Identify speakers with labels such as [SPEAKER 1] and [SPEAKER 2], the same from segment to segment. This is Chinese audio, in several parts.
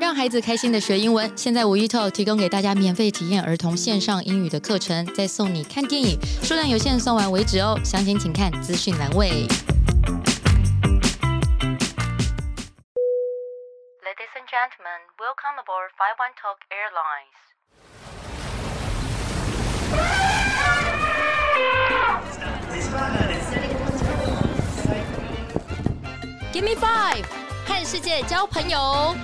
[SPEAKER 1] 让孩子开心的学英文。现在五一 Talk 提供给大家免费体验儿童线上英语的课程，再送你看电影，数量有限，送完为止哦。详情请看资讯栏位。
[SPEAKER 2] Ladies and gentlemen, welcome aboard 51 Talk Airlines.
[SPEAKER 1] Give me five，和世界交朋友。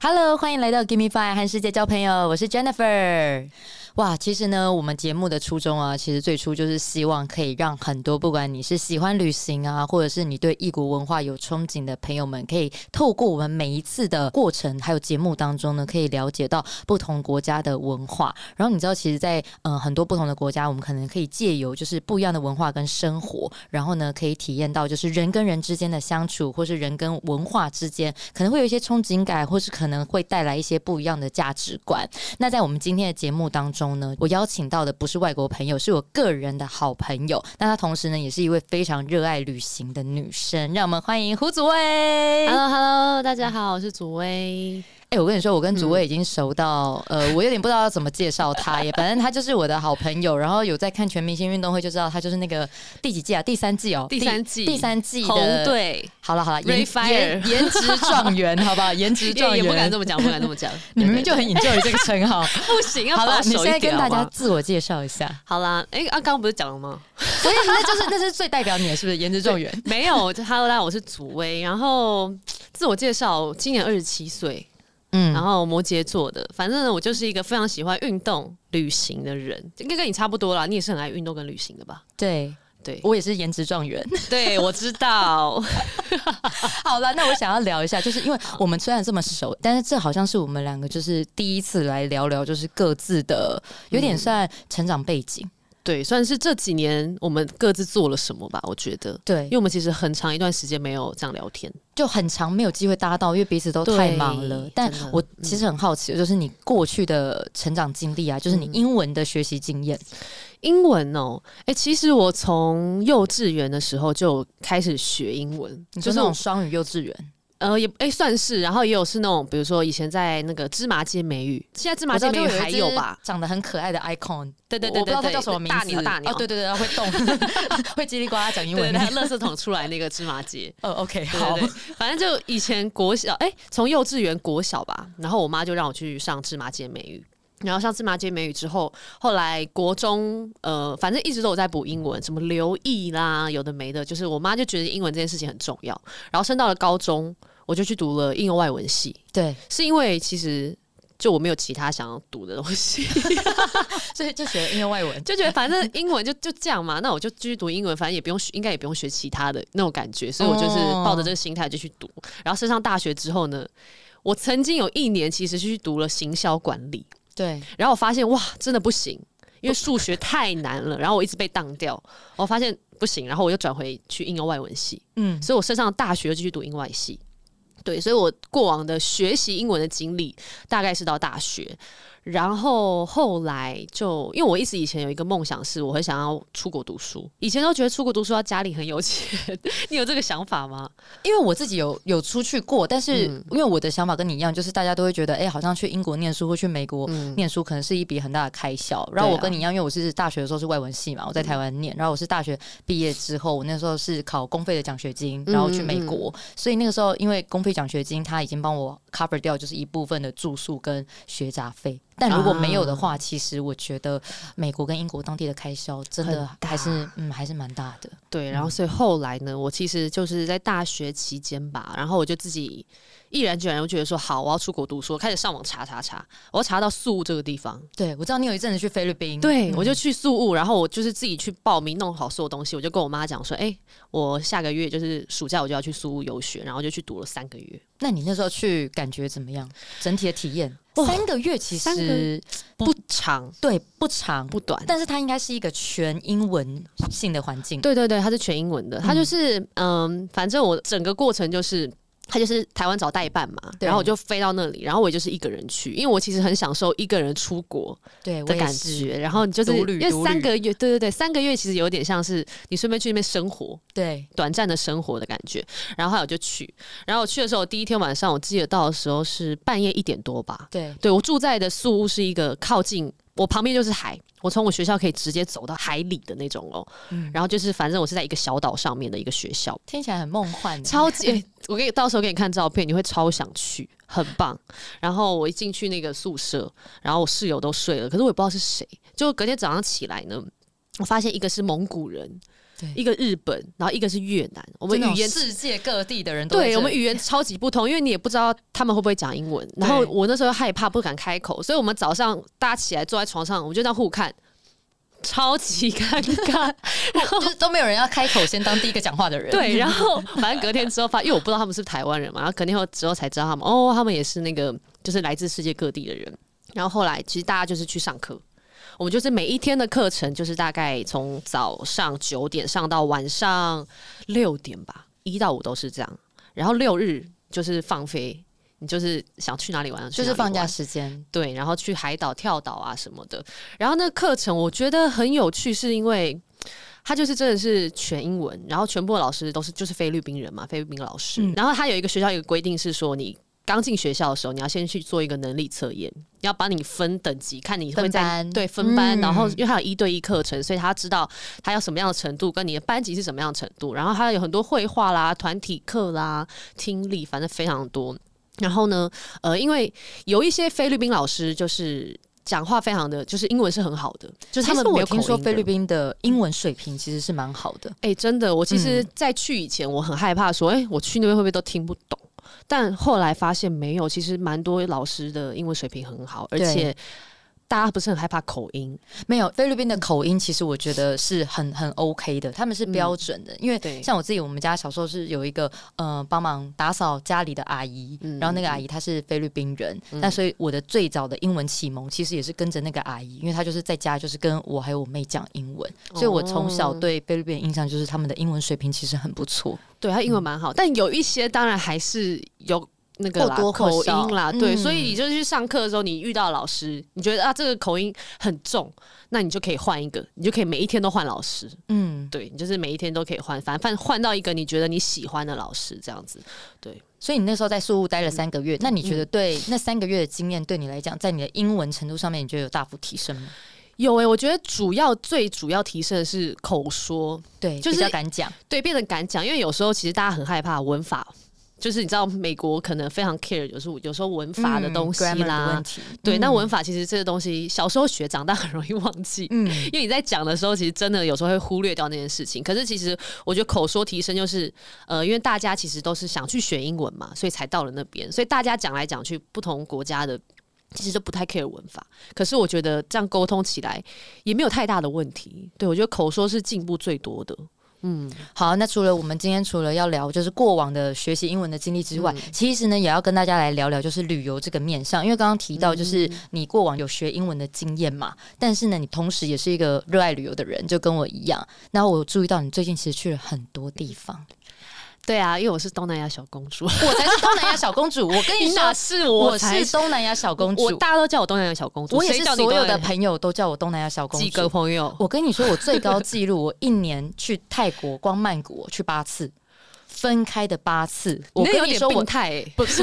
[SPEAKER 1] Hello，欢迎来到 Give Me Five 和世界交朋友，我是 Jennifer。哇，其实呢，我们节目的初衷啊，其实最初就是希望可以让很多不管你是喜欢旅行啊，或者是你对异国文化有憧憬的朋友们，可以透过我们每一次的过程还有节目当中呢，可以了解到不同国家的文化。然后你知道，其实在，呃很多不同的国家，我们可能可以借由就是不一样的文化跟生活，然后呢，可以体验到就是人跟人之间的相处，或是人跟文化之间可能会有一些憧憬感，或是可能会带来一些不一样的价值观。那在我们今天的节目当中呢，我邀请到的不是外国朋友，是我个人的好朋友。那她同时呢，也是一位非常热爱旅行的女生。让我们欢迎胡祖威。
[SPEAKER 3] Hello Hello，大家好，我是祖薇。
[SPEAKER 1] 哎、我跟你说，我跟祖威已经熟到，
[SPEAKER 3] 嗯
[SPEAKER 1] 呃，我有点不知道要怎么介绍他耶。反正他就是我的好朋友，然后有在看全明星运动会就知道他就是那个第几季啊？第三季哦，
[SPEAKER 3] 第三季
[SPEAKER 1] 第三季的
[SPEAKER 3] 红。队
[SPEAKER 1] 好了好了，颜
[SPEAKER 3] Ray Fire
[SPEAKER 1] 颜颜值状元，好 不好？颜值状
[SPEAKER 3] 也也
[SPEAKER 1] 元
[SPEAKER 3] 不敢这么讲，不敢这么 讲，
[SPEAKER 1] 你明明就很 enjoy 这个称号。
[SPEAKER 3] 不行， 要
[SPEAKER 1] 好了
[SPEAKER 3] 保，
[SPEAKER 1] 你
[SPEAKER 3] 守
[SPEAKER 1] 现
[SPEAKER 3] 一
[SPEAKER 1] 在
[SPEAKER 3] 点
[SPEAKER 1] 跟大
[SPEAKER 3] 好
[SPEAKER 1] 家
[SPEAKER 3] 吗
[SPEAKER 1] 自我介绍一下。
[SPEAKER 3] 好啦，哎，啊，刚刚不是讲了吗？
[SPEAKER 1] 所以那就是那是最代表你的，是不是？颜值状元。
[SPEAKER 3] 没有，就 Hello 大家好，我是祖薇。然后自我介绍，今年二十七岁，
[SPEAKER 1] 嗯，
[SPEAKER 3] 然后摩羯座的。反正呢，我就是一个非常喜欢运动、旅行的人，应该跟你差不多啦。你也是很爱运动跟旅行的吧？
[SPEAKER 1] 对
[SPEAKER 3] 对，
[SPEAKER 1] 我也是颜值状元。
[SPEAKER 3] 哦对，我知道。
[SPEAKER 1] 好了，那我想要聊一下，就是因为我们虽然这么熟，但是这好像是我们两个就是第一次来聊聊，就是各自的有点算成长背景。
[SPEAKER 3] 对，算是这几年我们各自做了什么吧，我觉得。
[SPEAKER 1] 对
[SPEAKER 3] 因为，我们其实很长一段时间没有这样聊天。
[SPEAKER 1] 就很长没有机会搭到，因为彼此都
[SPEAKER 3] 对
[SPEAKER 1] 太忙了。但
[SPEAKER 3] 真的
[SPEAKER 1] 我其实很好奇，就是你过去的成长经历啊，就是你英文的学习经验。
[SPEAKER 3] 英文哦，哎、其实我从幼稚园的时候就开始学英文，
[SPEAKER 1] 你说
[SPEAKER 3] 就是
[SPEAKER 1] 那种
[SPEAKER 3] 我
[SPEAKER 1] 双语幼稚园，
[SPEAKER 3] 呃也哎、算是，然后也有是那种，比如说以前在那个芝麻街美语，现在芝麻
[SPEAKER 1] 我知
[SPEAKER 3] 街
[SPEAKER 1] 道
[SPEAKER 3] 美
[SPEAKER 1] 就
[SPEAKER 3] 语
[SPEAKER 1] 一
[SPEAKER 3] 还有
[SPEAKER 1] 只
[SPEAKER 3] 吧？
[SPEAKER 1] 长得很可爱的 icon，
[SPEAKER 3] 对对
[SPEAKER 1] 我
[SPEAKER 3] 对
[SPEAKER 1] 不知
[SPEAKER 3] 对
[SPEAKER 1] 道它
[SPEAKER 3] 对，
[SPEAKER 1] 叫什么名字。
[SPEAKER 3] 大鸟大鸟，
[SPEAKER 1] 哦，对对对，会动， 会叽里呱啦讲英
[SPEAKER 3] 对，
[SPEAKER 1] 文
[SPEAKER 3] 那。个垃圾桶出来那个芝麻街。
[SPEAKER 1] 哦，OK，
[SPEAKER 3] 对
[SPEAKER 1] 好
[SPEAKER 3] 对，对，反正就以前国小，哎、从幼稚园国小吧，然后我妈就让我去上芝麻街美语，然后上芝麻街美语之后，后来国中，呃，反正一直都有在补英文，什么留意啦，有的没的，就是我妈就觉得英文这件事情很重要，然后升到了高中，我就去读了应用外文系，
[SPEAKER 1] 对，
[SPEAKER 3] 是因为其实。就我没有其他想要读的东西，
[SPEAKER 1] 所以就学了英文外文。
[SPEAKER 3] 就觉得反正英文就 就这样嘛，那我就继续读英文，反正也不用学，应该也不用学其他的那种感觉，所以我就是抱着这个心态就去读。然后升上大学之后呢，我曾经有一年其实是去读了行销管理，
[SPEAKER 1] 对，
[SPEAKER 3] 然后我发现哇，真的不行，因为数学太难了，然后我一直被当掉，我发现不行，然后我又转回去应用外文系，
[SPEAKER 1] 嗯，
[SPEAKER 3] 所以我升上大学就继续读英外系。对，所以我过往的学习英文的经历大概是到大学，然后后来就因为我一直以前有一个梦想是我很想要出国读书，以前都觉得出国读书要家里很有钱， 你有这个想法吗？
[SPEAKER 1] 因为我自己有有出去过，但是
[SPEAKER 3] 嗯
[SPEAKER 1] 因为我的想法跟你一样，就是大家都会觉得，哎、好像去英国念书或去美国
[SPEAKER 3] 嗯，啊
[SPEAKER 1] 念书可能是一笔很大的开销。然后我跟你一样，因为我是大学的时候是外文系嘛，我
[SPEAKER 3] 嗯
[SPEAKER 1] 在台湾念，然后我是大学毕业之后，我那时候是考公费的奖学金，
[SPEAKER 3] 嗯
[SPEAKER 1] 然后去美国，所以那个时候因为公费奖学金，他已经帮我 cover 掉就是一部分的住宿跟学杂费。但如果没有的
[SPEAKER 3] 啊
[SPEAKER 1] 话，其实我觉得美国跟英国当地的开销真的
[SPEAKER 3] 很大
[SPEAKER 1] 还是嗯还是蛮大的。
[SPEAKER 3] 对，然后所以后来呢，我其实就是在大学期间吧，然后我就自己毅然决然，我觉得说好，我要出国读书，我开始上网查查查，我要查到宿务这个地方，
[SPEAKER 1] 对，我知道你有一阵子去菲律宾，
[SPEAKER 3] 对，
[SPEAKER 1] 嗯
[SPEAKER 3] 我就去宿务，然后我就是自己去报名，弄好所有东西，我就跟我妈讲说，哎、我下个月就是暑假我就要去宿务游学，然后就去读了三个月，
[SPEAKER 1] 那你那时候去感觉怎么样？整体的体验，
[SPEAKER 3] 哇
[SPEAKER 1] 三个月其
[SPEAKER 3] 三
[SPEAKER 1] 实
[SPEAKER 3] 个不长
[SPEAKER 1] 对不长，
[SPEAKER 3] 不短。
[SPEAKER 1] 但是它应该是一个全英文性的环境。
[SPEAKER 3] 嗯对对对，它是全英文的，它就是嗯反正我整个过程就是。他就是台湾找代办嘛，
[SPEAKER 1] 对
[SPEAKER 3] 然后我就飞到那里，然后我也就是一个人去，因为我其实很享受一个人出国
[SPEAKER 1] 对
[SPEAKER 3] 的
[SPEAKER 1] 我也
[SPEAKER 3] 感
[SPEAKER 1] 是，
[SPEAKER 3] 觉。然后你就是
[SPEAKER 1] 独旅
[SPEAKER 3] 因为
[SPEAKER 1] 独
[SPEAKER 3] 三
[SPEAKER 1] 旅
[SPEAKER 3] 个月，对对对，三个月其实有点像是你顺便去那边生活，
[SPEAKER 1] 对，
[SPEAKER 3] 短暂的生活的感觉。然后后来我就去，然后我去的时候，第一天晚上我记得到的时候是半夜一点多吧。
[SPEAKER 1] 对，
[SPEAKER 3] 对我住在的宿屋是一个靠近我旁边就是海，我从我学校可以直接走到海里的那种哦。
[SPEAKER 1] 嗯
[SPEAKER 3] 然后就是反正我是在一个小岛上面的一个学校，
[SPEAKER 1] 听起来很梦幻。啊
[SPEAKER 3] 超级，欸我给你到时候给你看照片，你会超想去，很棒。然后我一进去那个宿舍，然后我室友都睡了，可是我也不知道是谁。就隔天早上起来呢，我发现一个是蒙古人
[SPEAKER 1] 对，
[SPEAKER 3] 一个日本，然后一个是越南。我
[SPEAKER 1] 我
[SPEAKER 3] 们语言
[SPEAKER 1] 世 界各地的人都在
[SPEAKER 3] 对
[SPEAKER 1] 这
[SPEAKER 3] 我们
[SPEAKER 1] 里
[SPEAKER 3] 语言超级不同，因为你也不知道他们会不会讲英文。然后
[SPEAKER 1] 对
[SPEAKER 3] 我那时候害怕，不敢开口，所以我们早上大家起来坐在床上，我们就这样互看，超级尴尬。然 后
[SPEAKER 1] 就是都没有人要开口先当第一个讲话的人。
[SPEAKER 3] 对，然后反正隔天之后发，因为我不知道他们是不是台湾人嘛，然后隔天后之后才知道他们哦，他们也是那个就是来自世界各地的人。然后后来其实大家就是去上课，我们就是每一天的课程就是大概从早上九点上到晚上六点吧，一到五都是这样。然后六日就是放飞，你就是想去哪里玩
[SPEAKER 1] 就是放假
[SPEAKER 3] 假。
[SPEAKER 1] 时间，
[SPEAKER 3] 对，然后去海岛跳岛啊什么的。然后那个课程我觉得很有趣，是因为它就是真的是全英文，然后全部的老师都是就是菲律宾人嘛，菲律宾老师。
[SPEAKER 1] 嗯
[SPEAKER 3] 然后他有一个学校有一个规定是说你。刚进学校的时候，你要先去做一个能力测验，要把你分等级，看你会
[SPEAKER 1] 分
[SPEAKER 3] 在
[SPEAKER 1] 班
[SPEAKER 3] 对分班，
[SPEAKER 1] 嗯
[SPEAKER 3] 然后因为他有一对一课程，所以他知道他要什么样的程度，跟你的班级是什么样的程度。然后他有很多绘画啦、团体课啦、听力，反正非常多。然后呢，呃，因为有一些菲律宾老师就是讲话非常的，就是英文是很好的，就是他
[SPEAKER 1] 其
[SPEAKER 3] 们
[SPEAKER 1] 实
[SPEAKER 3] 没
[SPEAKER 1] 我
[SPEAKER 3] 有口
[SPEAKER 1] 听说
[SPEAKER 3] 音
[SPEAKER 1] 菲
[SPEAKER 3] 的
[SPEAKER 1] 律。宾的英文水平其实是蛮好的，
[SPEAKER 3] 哎、真的，我其
[SPEAKER 1] 嗯
[SPEAKER 3] 实，在去以前，我很害怕说，哎、我去那边会不会都听不懂？但后来发现没有，其实蛮多老师的英文水平很好，而
[SPEAKER 1] 对
[SPEAKER 3] 且大家不是很害怕口音，
[SPEAKER 1] 没有菲律宾的口音，其实我觉得是很很 OK 的，他们是标准的。因为
[SPEAKER 3] 对
[SPEAKER 1] 像我自己，我们家小时候是有一个呃帮忙打扫家里的阿姨，
[SPEAKER 3] 嗯
[SPEAKER 1] 然后那个阿姨她是菲律宾人，那所以我的最早的英文启蒙其实也是跟着那个阿姨，因为她就是在家就是跟我还有我妹讲英文，所以我从小
[SPEAKER 3] 哦
[SPEAKER 1] 对菲律宾的印象就是他们的英文水平其实很不错。
[SPEAKER 3] 对他英文蛮好，但有一些当然还是有那个啦
[SPEAKER 1] 或多或
[SPEAKER 3] 口
[SPEAKER 1] 少
[SPEAKER 3] 音啦，对，
[SPEAKER 1] 嗯
[SPEAKER 3] 所以你就是去上课的时候，你遇到老师，你觉得啊这个口音很重，那你就可以换一个，你就可以每一天都换老师，
[SPEAKER 1] 嗯，
[SPEAKER 3] 对你就是每一天都可以换，反正换到一个你觉得你喜欢的老师这样子。
[SPEAKER 1] 所以你那时候在宿务待了三个月，那你觉得对那三个月的经验对你来讲，在你的英文程度上面，你觉得有大幅提升吗？
[SPEAKER 3] 有欸诶、我觉得主要最主要提升的是口说，
[SPEAKER 1] 对，
[SPEAKER 3] 就是
[SPEAKER 1] 比较敢讲，
[SPEAKER 3] 对，变得敢讲，因为有时候其实大家很害怕文法，就是你知道美国可能非常 care，有时候有时候文法的东西
[SPEAKER 1] 嗯，grammar 的
[SPEAKER 3] 啦，
[SPEAKER 1] 问题
[SPEAKER 3] 对，那
[SPEAKER 1] 嗯
[SPEAKER 3] 文法其实这个东西小时候学，长大很容易忘记。
[SPEAKER 1] 嗯，
[SPEAKER 3] 因为你在讲的时候，其实真的有时候会忽略掉那件事情。可是其实我觉得口说提升就是，呃，因为大家其实都是想去学英文嘛，所以才到了那边。所以大家讲来讲去，不同国家的其实都不太 care 文法。可是我觉得这样沟通起来也没有太大的问题。对我觉得口说是进步最多的。嗯，
[SPEAKER 1] 好，啊那除了我们今天除了要聊就是过往的学习英文的经历之外，其实呢也要跟大家来聊聊就是旅游这个面上，因为刚刚提到就是你过往有学英文的经验嘛，但是呢你同时也是一个热爱旅游的人，就跟我一样。那我注意到你最近其实去了很多地方，
[SPEAKER 3] 对啊，因为我是东南亚小公主，
[SPEAKER 1] 我才是东南亚小公主，我跟 你说。
[SPEAKER 3] 是
[SPEAKER 1] 我
[SPEAKER 3] 才
[SPEAKER 1] 是东南亚小公主，
[SPEAKER 3] 我大家都叫我东南亚小公主，
[SPEAKER 1] 我也
[SPEAKER 3] 谁
[SPEAKER 1] 是
[SPEAKER 3] 叫你
[SPEAKER 1] 所有
[SPEAKER 3] 东南
[SPEAKER 1] 的
[SPEAKER 3] 亚
[SPEAKER 1] 朋友都叫我东南亚小公
[SPEAKER 3] 几个
[SPEAKER 1] 主。
[SPEAKER 3] 朋友，
[SPEAKER 1] 我跟你说，我最高纪录，我一年去泰国光曼谷我去八次，分开的八次。我
[SPEAKER 3] 那有
[SPEAKER 1] 跟你
[SPEAKER 3] 点
[SPEAKER 1] 说，我
[SPEAKER 3] 病态、欸。
[SPEAKER 1] 不是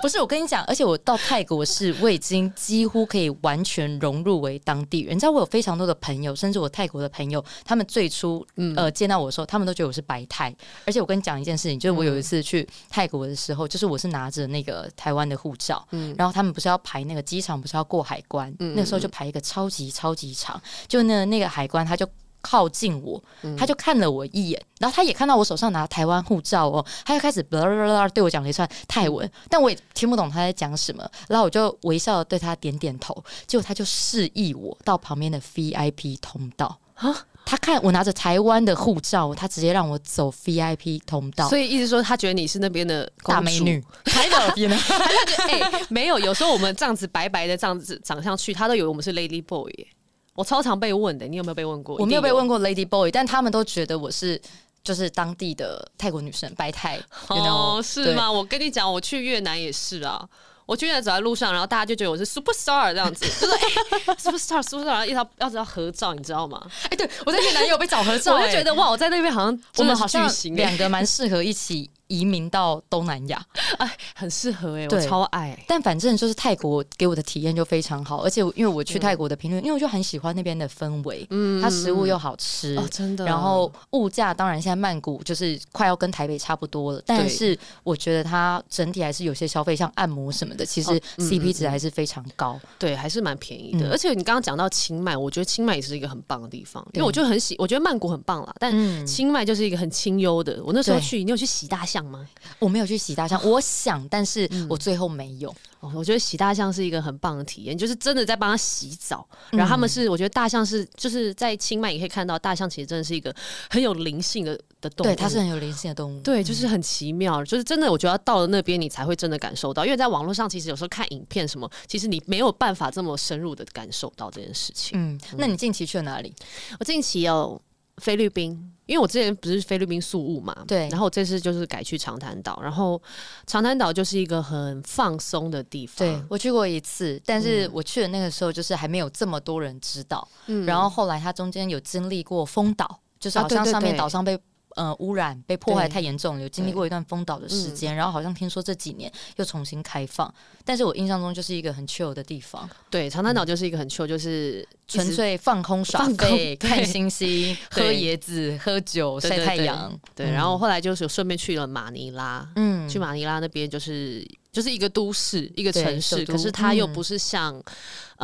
[SPEAKER 1] 不是，我跟你讲，而且我到泰国是，我已经几乎可以完全融入为当地人。你知道，我有非常多的朋友，甚至我泰国的朋友，他们最初
[SPEAKER 3] 嗯
[SPEAKER 1] 呃见到我的时候，他们都觉得我是白泰。而且我跟你讲一件事情，就是我有
[SPEAKER 3] 嗯
[SPEAKER 1] 一次去泰国的时候，就是我是拿着那个台湾的护照，
[SPEAKER 3] 嗯
[SPEAKER 1] 然后他们不是要排那个机场，不是要过海关，那时候就排一个超级超级长，就那那个海关他就。靠近我，
[SPEAKER 3] 嗯
[SPEAKER 1] 他就看了我一眼，然后他也看到我手上拿台湾护照哦，他就开始 blah blah blah blah 对我讲了一串泰文，
[SPEAKER 3] 嗯
[SPEAKER 1] 但我也听不懂他在讲什么，然后我就微笑的对他点点头，结果他就示意我到旁边的 VIP 通道
[SPEAKER 3] 啊
[SPEAKER 1] 他看我拿着台湾的护照，他直接让我走 VIP 通道。
[SPEAKER 3] 所以意思说，他觉得你是那边的公主
[SPEAKER 1] 大美女，台的边呢？
[SPEAKER 3] 哎、没有，有时候我们这样子白白的这样子长相去，他都以为我们是 Lady Boy 耶。我超常被问的，你有没有被问过？
[SPEAKER 1] 我没有被
[SPEAKER 3] 一定
[SPEAKER 1] 问过 Lady Boy，但他们都觉得我是就是当地的泰国女生，白泰，you know，
[SPEAKER 3] 哦，是
[SPEAKER 1] 对
[SPEAKER 3] 吗？我跟你讲，我去越南也是啊。我去越南走在路上，然后大家就觉得我是 super star 这样子，就说哎 super star super star，然后一直要要知道合照，你知道吗？
[SPEAKER 1] 哎、对我在越南也有被找合照、
[SPEAKER 3] 我就
[SPEAKER 1] 哎
[SPEAKER 3] 觉得哇，我在那边好像
[SPEAKER 1] 我
[SPEAKER 3] 真的
[SPEAKER 1] 们
[SPEAKER 3] 是
[SPEAKER 1] 好
[SPEAKER 3] 巨
[SPEAKER 1] 像
[SPEAKER 3] 星哎、
[SPEAKER 1] 两个蛮适合一起移民到东南亚。
[SPEAKER 3] 很适合哎、我
[SPEAKER 1] 对
[SPEAKER 3] 超爱。
[SPEAKER 1] 但反正就是泰国给我的体验就非常好，而且我因为我去泰国的评论，因为我就很喜欢那边的氛围，
[SPEAKER 3] 嗯
[SPEAKER 1] 它食物又好吃。
[SPEAKER 3] 哦，真的。
[SPEAKER 1] 然后物价当然现在曼谷就是快要跟台北差不多了，但是我觉得它整体还是有些消费，像按摩什么的，其实
[SPEAKER 3] 哦
[SPEAKER 1] CP 值还是非常高。
[SPEAKER 3] 对，还是蛮便宜的。
[SPEAKER 1] 嗯
[SPEAKER 3] 而且你刚刚讲到清迈，我觉得清迈也是一个很棒的地方，因为
[SPEAKER 1] 对
[SPEAKER 3] 我就很喜，我觉得曼谷很棒啦，但
[SPEAKER 1] 嗯，
[SPEAKER 3] 清迈就是一个很清幽的。我那时候
[SPEAKER 1] 对
[SPEAKER 3] 去，你有去洗大象吗？
[SPEAKER 1] 我没有去洗大象，我想，但是我最后没有。
[SPEAKER 3] 哦，我觉得洗大象是一个很棒的体验，就是真的在帮它洗澡。然后
[SPEAKER 1] 嗯
[SPEAKER 3] 他们是，我觉得大象是，就是在清迈也可以看到，大象其实真的是一个很有灵性的的动物。
[SPEAKER 1] 对，它是很嗯有灵性的动物。
[SPEAKER 3] 对，就是很奇妙，就是真的，我觉得要到了那边你才会真的感受到，因为在网络上其实有时候看影片什么，其实你没有办法这么深入的感受到这件事情。
[SPEAKER 1] 嗯，那你近期去了哪里？
[SPEAKER 3] 我近期有菲律宾，因为我之前不是菲律宾宿务嘛，
[SPEAKER 1] 对
[SPEAKER 3] 然后我这次就是改去长滩岛，然后长滩岛就是一个很放松的地方，
[SPEAKER 1] 对，我去过一次，但是我去的那个时候就是还没有这么多人知道。
[SPEAKER 3] 嗯
[SPEAKER 1] 然后后来它中间有经历过封岛，就是
[SPEAKER 3] 啊
[SPEAKER 1] 好
[SPEAKER 3] 对
[SPEAKER 1] 像
[SPEAKER 3] 对
[SPEAKER 1] 上面
[SPEAKER 3] 对
[SPEAKER 1] 岛上被。呃，污染被破坏
[SPEAKER 3] 对嗯
[SPEAKER 1] 太严重了，有经历过一段封岛的时间，然后好像听说这几年又重新开放，但是我印象中就是一个很 chill 的地方，
[SPEAKER 3] 对长滩岛就是一个很 chill，就是一
[SPEAKER 1] 纯
[SPEAKER 3] 直
[SPEAKER 1] 粹放空耍
[SPEAKER 3] 放空
[SPEAKER 1] 废、
[SPEAKER 3] 对
[SPEAKER 1] 看星星、喝
[SPEAKER 3] 对
[SPEAKER 1] 椰子、喝酒、
[SPEAKER 3] 对
[SPEAKER 1] 晒
[SPEAKER 3] 对
[SPEAKER 1] 太
[SPEAKER 3] 对
[SPEAKER 1] 阳。
[SPEAKER 3] 对，然后后来就是有顺便去了马尼拉，
[SPEAKER 1] 嗯
[SPEAKER 3] 去马尼拉那边就是就是一个都市，一个
[SPEAKER 1] 对
[SPEAKER 3] 城市，
[SPEAKER 1] 首都
[SPEAKER 3] 可是它又
[SPEAKER 1] 嗯
[SPEAKER 3] 不是像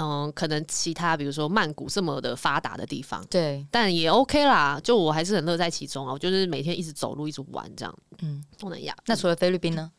[SPEAKER 3] 嗯、可能其他比如说曼谷这么的发达的地方。
[SPEAKER 1] 对，
[SPEAKER 3] 但也 OK 啦，就我还是很乐在其中啊！我就是每天一直走路，一直玩这样。
[SPEAKER 1] 嗯，
[SPEAKER 3] 东南亚，
[SPEAKER 1] 那除了菲律宾呢？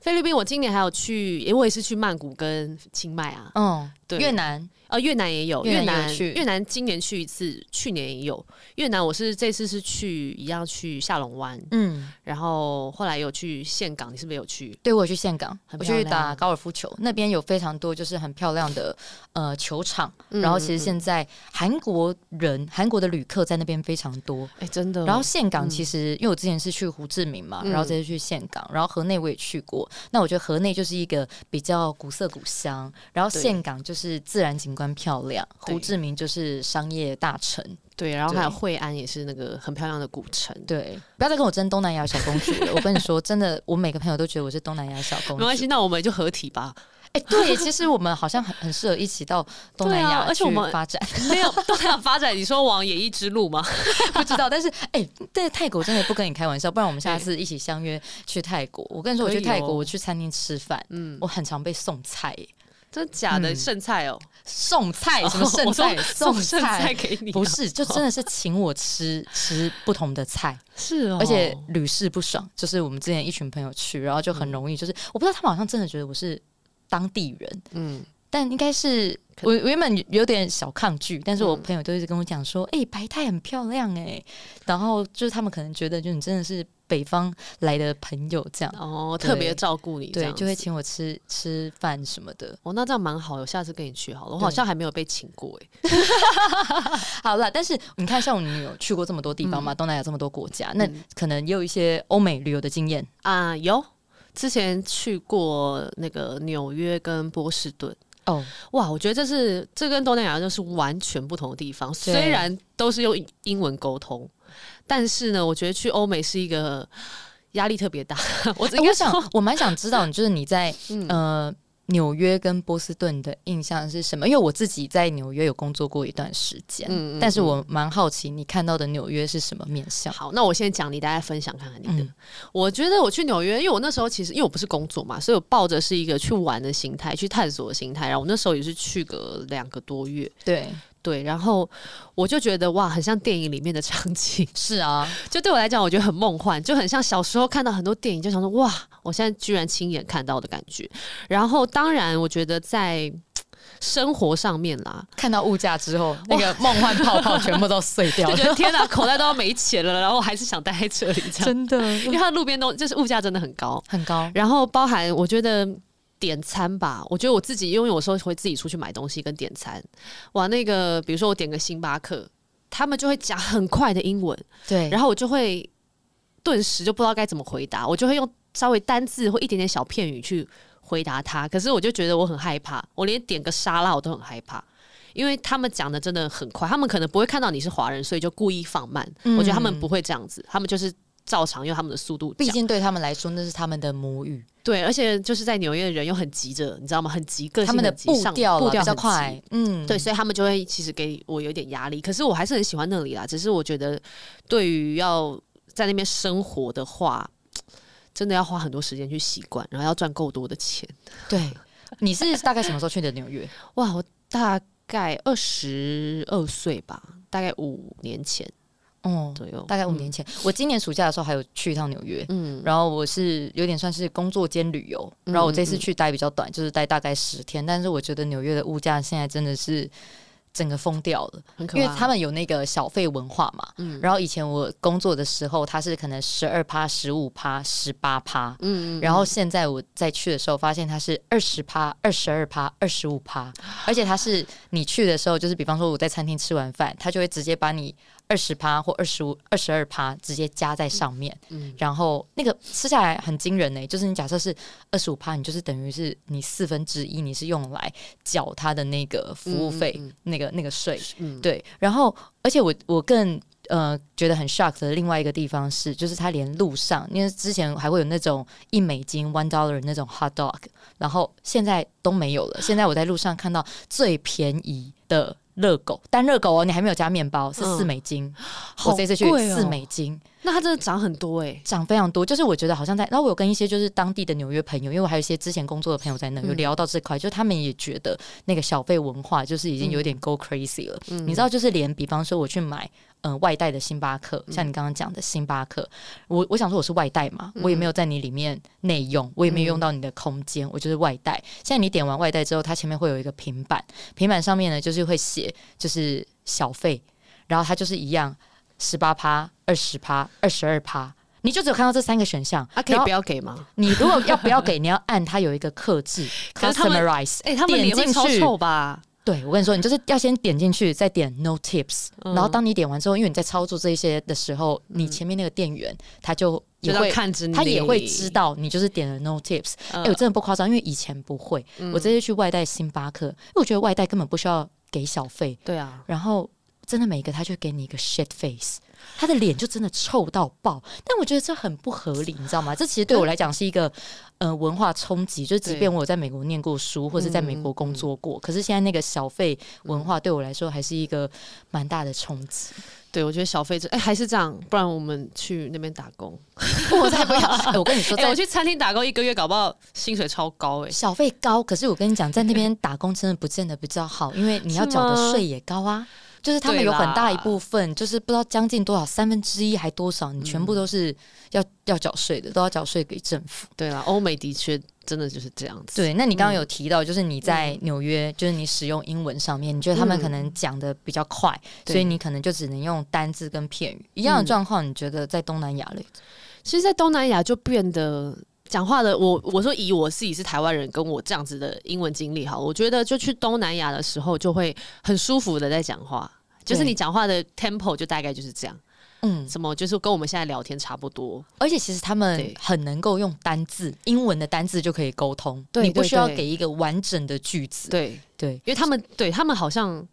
[SPEAKER 3] 菲律宾我今年还有去，因为我也是去曼谷跟清迈啊，
[SPEAKER 1] 嗯，
[SPEAKER 3] 对
[SPEAKER 1] 越南，
[SPEAKER 3] 呃，越南也有，
[SPEAKER 1] 越
[SPEAKER 3] 越
[SPEAKER 1] 南也有
[SPEAKER 3] 南
[SPEAKER 1] 去
[SPEAKER 3] 越南今年去一次，去年也有。越南我是这次是去一样去下龙湾，
[SPEAKER 1] 嗯，
[SPEAKER 3] 然后后来有去岘港，你是不是有去？
[SPEAKER 1] 对，我有去岘港，
[SPEAKER 3] 很
[SPEAKER 1] 我
[SPEAKER 3] 漂
[SPEAKER 1] 去
[SPEAKER 3] 亮
[SPEAKER 1] 打高尔夫球，那边有非常多就是很漂亮的呃球场，
[SPEAKER 3] 嗯
[SPEAKER 1] 然后其实现在韩国人、韩国的旅客在那边非常多。
[SPEAKER 3] 哎、真的。
[SPEAKER 1] 然后岘港其实，因为我之前是去胡志明嘛，
[SPEAKER 3] 嗯
[SPEAKER 1] 然后这次去岘港，然后河内我也去过。那我觉得河内就是一个比较古色古香，然后
[SPEAKER 3] 对
[SPEAKER 1] 岘港就是自然景观漂亮，
[SPEAKER 3] 对嗯
[SPEAKER 1] 胡志明就是商业大城。
[SPEAKER 3] 对，然后还有
[SPEAKER 1] 对
[SPEAKER 3] 惠安也是那个很漂亮的古城。
[SPEAKER 1] 对，不要再跟我争东南亚小公主了。我跟你说，真的，我每个朋友都觉得我是东南亚小公主。
[SPEAKER 3] 没关系，那我们就合体 吧。
[SPEAKER 1] 哎、对耶，其实我们好像很很适合一起到东南
[SPEAKER 3] 对
[SPEAKER 1] 亚、
[SPEAKER 3] 啊而且我们
[SPEAKER 1] 发展，
[SPEAKER 3] 没有东南亚发展，你说往演艺之路吗？
[SPEAKER 1] 不知道。但是，哎、但是泰国真的不跟你开玩笑，不然我们下次一起相约去泰国。我跟你说，我
[SPEAKER 3] 可以
[SPEAKER 1] 去泰国，
[SPEAKER 3] 哦
[SPEAKER 1] 我去餐厅吃饭，
[SPEAKER 3] 嗯，
[SPEAKER 1] 我很常被送菜耶，
[SPEAKER 3] 真假的
[SPEAKER 1] 嗯
[SPEAKER 3] 剩菜哦，
[SPEAKER 1] 送 菜什么剩
[SPEAKER 3] 我说
[SPEAKER 1] 菜、
[SPEAKER 3] 送剩菜
[SPEAKER 1] 菜。
[SPEAKER 3] 给你啊，
[SPEAKER 1] 不是，就真的是请我吃吃不同的菜，
[SPEAKER 3] 是哦，
[SPEAKER 1] 而且屡试不爽。就是我们之前一群朋友去，然后就
[SPEAKER 3] 嗯
[SPEAKER 1] 很容易，就是我不知道他们好像真的觉得我是当地人，
[SPEAKER 3] 嗯，
[SPEAKER 1] 但应该是我我原本有点小抗拒，但是
[SPEAKER 3] 嗯
[SPEAKER 1] 我朋友都一直跟我讲说，哎、白太很漂亮哎、然后就是他们可能觉得，就你真的是北方来的朋友这样，
[SPEAKER 3] 哦，
[SPEAKER 1] 对
[SPEAKER 3] 特别照顾你这
[SPEAKER 1] 对
[SPEAKER 3] 样，子，
[SPEAKER 1] 就会请我吃吃饭什么的。
[SPEAKER 3] 哦，那这样蛮好，我下次跟你去好了。我
[SPEAKER 1] 对
[SPEAKER 3] 好像还没有被请过哎、
[SPEAKER 1] 好了，但是你看，像你有去过这么多地方
[SPEAKER 3] 嗯
[SPEAKER 1] 嘛，东南亚这么多国家，那可能也有一些欧美旅游的经验。
[SPEAKER 3] 啊，有之前去过那个纽约跟波士顿，
[SPEAKER 1] 哦，
[SPEAKER 3] 哇，我觉得这是这跟东南亚就是完全不同的地方。
[SPEAKER 1] 对
[SPEAKER 3] 虽然都是用英英文沟通，但是呢，我觉得去欧美是一个压力特别大。 我应
[SPEAKER 1] 哎我
[SPEAKER 3] 该
[SPEAKER 1] 想
[SPEAKER 3] 说，
[SPEAKER 1] 我蛮想知道，就是你在
[SPEAKER 3] 嗯
[SPEAKER 1] 呃纽约跟波士顿的印象是什么？因为我自己在纽约有工作过一段时间，
[SPEAKER 3] 嗯嗯
[SPEAKER 1] 但是我蛮好奇你看到的纽约是什么面相。
[SPEAKER 3] 好，那我先讲你，大家分享看看你的。
[SPEAKER 1] 嗯
[SPEAKER 3] 我觉得我去纽约，因为我那时候其实因为我不是工作嘛，所以我抱着是一个去玩的心态，去探索的心态。然后我那时候也是去个两个多月，
[SPEAKER 1] 对，
[SPEAKER 3] 对，然后我就觉得哇，很像电影里面的场景，
[SPEAKER 1] 是啊，
[SPEAKER 3] 就对我来讲，我觉得很梦幻，就很像小时候看到很多电影，就想说哇，我现在居然亲眼看到的感觉。然后当然，我觉得在生活上面啦，
[SPEAKER 1] 看到物价之后，那个梦幻泡泡全部都碎掉
[SPEAKER 3] 就 觉
[SPEAKER 1] 了，
[SPEAKER 3] 得天哪，口袋都要没钱了，然后我还是想待在这里这样，
[SPEAKER 1] 真的
[SPEAKER 3] 因为它路边都就是物价真的很高，
[SPEAKER 1] 很高。
[SPEAKER 3] 然后包含我觉得。点餐吧，我觉得我自己，因为有时候会自己出去买东西跟点餐，哇，那个比如说我点个星巴克，他们就会讲很快的英文，
[SPEAKER 1] 对，
[SPEAKER 3] 然后我就会顿时就不知道该怎么回答，我就会用稍微单字或一点点小片语去回答他。可是我就觉得我很害怕，我连点个沙拉我都很害怕。因为他们讲的真的很快，他们可能不会看到你是华人，所以就故意放慢。
[SPEAKER 1] 嗯
[SPEAKER 3] 我觉得他们不会这样子，他们就是照常用他们的速度
[SPEAKER 1] 毕
[SPEAKER 3] 讲。
[SPEAKER 1] 竟对他们来说那是他们的母语，
[SPEAKER 3] 对，而且就是在纽约的人又很急着，你知道吗？很急，个性
[SPEAKER 1] 他们的
[SPEAKER 3] 很急
[SPEAKER 1] 步
[SPEAKER 3] 上
[SPEAKER 1] 调
[SPEAKER 3] 步
[SPEAKER 1] 啦
[SPEAKER 3] 调
[SPEAKER 1] 比较
[SPEAKER 3] 很急
[SPEAKER 1] 快，嗯，
[SPEAKER 3] 对，所以他们就会其实给我有点压力，可是我还是很喜欢那里啦。只是我觉得，对于要在那边生活的话，真的要花很多时间去习惯，然后要赚够多的钱。
[SPEAKER 1] 对。你是大概什么时候去的 纽约？
[SPEAKER 3] 哇，我大概二十二岁吧，大概五年前
[SPEAKER 1] 哦，
[SPEAKER 3] 左右，
[SPEAKER 1] 大概五年前。我今年暑假的时候还有去一趟纽约，
[SPEAKER 3] 嗯，
[SPEAKER 1] 然后我是有点算是工作兼旅游，
[SPEAKER 3] 嗯
[SPEAKER 1] 然后我这次去待比较短，就是待大概十天，但是我觉得纽约的物价现在真的是整个疯掉了，
[SPEAKER 3] 很可
[SPEAKER 1] 因
[SPEAKER 3] 怕。
[SPEAKER 1] 为他们有那个小费文化嘛。
[SPEAKER 3] 嗯
[SPEAKER 1] 然后以前我工作的时候，它是可能十二趴、十五趴、十八趴，
[SPEAKER 3] 嗯，嗯
[SPEAKER 1] 然后现在我再去的时候，发现它是二十趴、二十二趴、二十五趴，而且它是你去的时候，就是比方说我在餐厅吃完饭，它就会直接把你二十趴或二十五、二十二趴直接加在上面，
[SPEAKER 3] 嗯
[SPEAKER 1] 然后那个吃下来很惊人呢、欸就是你假设是二十五趴，你就是等于是你四分之一你是用来缴它的那个服务费、
[SPEAKER 3] 嗯嗯
[SPEAKER 1] 那个那个税，
[SPEAKER 3] 嗯，
[SPEAKER 1] 对，然后而且我我更呃觉得很 shock 的另外一个地方是，就是它连路上，因为之前还会有那种一美金 one dollar 那种 hot dog，然后现在都没有了。现在我在路上看到最便宜的热狗，但热狗哦，你还没有加面包，是四
[SPEAKER 3] 嗯
[SPEAKER 1] 美金。
[SPEAKER 3] 好
[SPEAKER 1] 我这次去
[SPEAKER 3] 贵哦
[SPEAKER 1] 四美金，
[SPEAKER 3] 那它真的涨很多哎、
[SPEAKER 1] 涨非常多，就是我觉得好像在，然后我有跟一些就是当地的纽约朋友，因为我还有一些之前工作的朋友在那，有
[SPEAKER 3] 嗯
[SPEAKER 1] 聊到这块，就他们也觉得那个小费文化就是已经有点 go crazy 了。
[SPEAKER 3] 嗯
[SPEAKER 1] 你知道，就是连比方说我去买嗯、呃外带的星巴
[SPEAKER 3] 嗯
[SPEAKER 1] 克，像你刚刚讲的星巴克，我我想说我是外带嘛，我也没
[SPEAKER 3] 嗯
[SPEAKER 1] 有在你里面内用，我也没有用到你的空间，我就是外带。现在你点完外带之后，它前面会有一个平板，平板上面呢就是会写就是小费，然后它就是一样十八趴、二十趴、二十二趴。你就只有看到这三个选项，
[SPEAKER 3] 啊，可以
[SPEAKER 1] 然后
[SPEAKER 3] 不要给吗？
[SPEAKER 1] 你如果要不要给，你要按它有一个克制
[SPEAKER 3] 可是他们
[SPEAKER 1] ，customize。
[SPEAKER 3] 哎、他们
[SPEAKER 1] 点
[SPEAKER 3] 脸会
[SPEAKER 1] 进
[SPEAKER 3] 超
[SPEAKER 1] 去
[SPEAKER 3] 臭吧？
[SPEAKER 1] 对我跟你说，你就是要先点进去，再点 no tips，、
[SPEAKER 3] 嗯
[SPEAKER 1] 然后当你点完之后，因为你在操作这一些的时候，你前面那个店员他就
[SPEAKER 3] 就
[SPEAKER 1] 也
[SPEAKER 3] 要
[SPEAKER 1] 会。
[SPEAKER 3] 看着你，
[SPEAKER 1] 他也会知。道你就是点了 no tips，哎、
[SPEAKER 3] 嗯
[SPEAKER 1] 我真的不夸张，因为以前不会，我这次去外带星巴克，因为我觉得外带根本不需要给小费，
[SPEAKER 3] 对啊，
[SPEAKER 1] 然后真的每一个他就给你一个 shit face，他的脸就真的臭到爆。但我觉得这很不合理，你知道吗？这其实对我来讲是一个呃文化冲击，就是即
[SPEAKER 3] 对
[SPEAKER 1] 便我有在美国念过书，或者在美国工作过，可是现在那个小费文化对我来说还是一个蛮大的冲击。
[SPEAKER 3] 对，我觉得小费者哎、还是这样，不然我们去那边打工。
[SPEAKER 1] 我才不要！哎我跟你说，
[SPEAKER 3] 哎、
[SPEAKER 1] 在
[SPEAKER 3] 我去餐厅打工一个月，搞不好薪水超高哎、
[SPEAKER 1] 小费高，可是我跟你讲，在那边打工真的不见得比较好，因为你要
[SPEAKER 3] 是
[SPEAKER 1] 缴
[SPEAKER 3] 吗
[SPEAKER 1] 的税也高啊。就是他们
[SPEAKER 3] 对
[SPEAKER 1] 有
[SPEAKER 3] 啦
[SPEAKER 1] 很大一部分，就是不知道将近多少，三分之一还多少，你全部都是要、要缴税的，都要缴税给政府。
[SPEAKER 3] 对啦，欧美的确真的就是这样子。，
[SPEAKER 1] 对，那你刚刚有提到，就是你在纽约，就是你使用英文上面，你觉得他们可能讲的比较快，
[SPEAKER 3] 对
[SPEAKER 1] 所以你可能就只能用单字跟片语。一样的状况，你觉得在东南亚嘞？
[SPEAKER 3] 其实，在东南亚就变得讲话的，我我说以我自己是台湾人，跟我这样子的英文经历哈，我觉得就去东南亚的时候，就会很舒服的在讲话，就是
[SPEAKER 1] 对
[SPEAKER 3] 你讲话的 tempo 就大概就是这样，
[SPEAKER 1] 嗯，
[SPEAKER 3] 什么就是跟我们现在聊天差不多。
[SPEAKER 1] 而且其实他们
[SPEAKER 3] 对
[SPEAKER 1] 很能够用单字，英文的单字就可以沟通，
[SPEAKER 3] 对
[SPEAKER 1] 你不
[SPEAKER 3] 对
[SPEAKER 1] 需要
[SPEAKER 3] 对
[SPEAKER 1] 给一个完整的句子。
[SPEAKER 3] 对，
[SPEAKER 1] 对
[SPEAKER 3] 因为他们对他们好像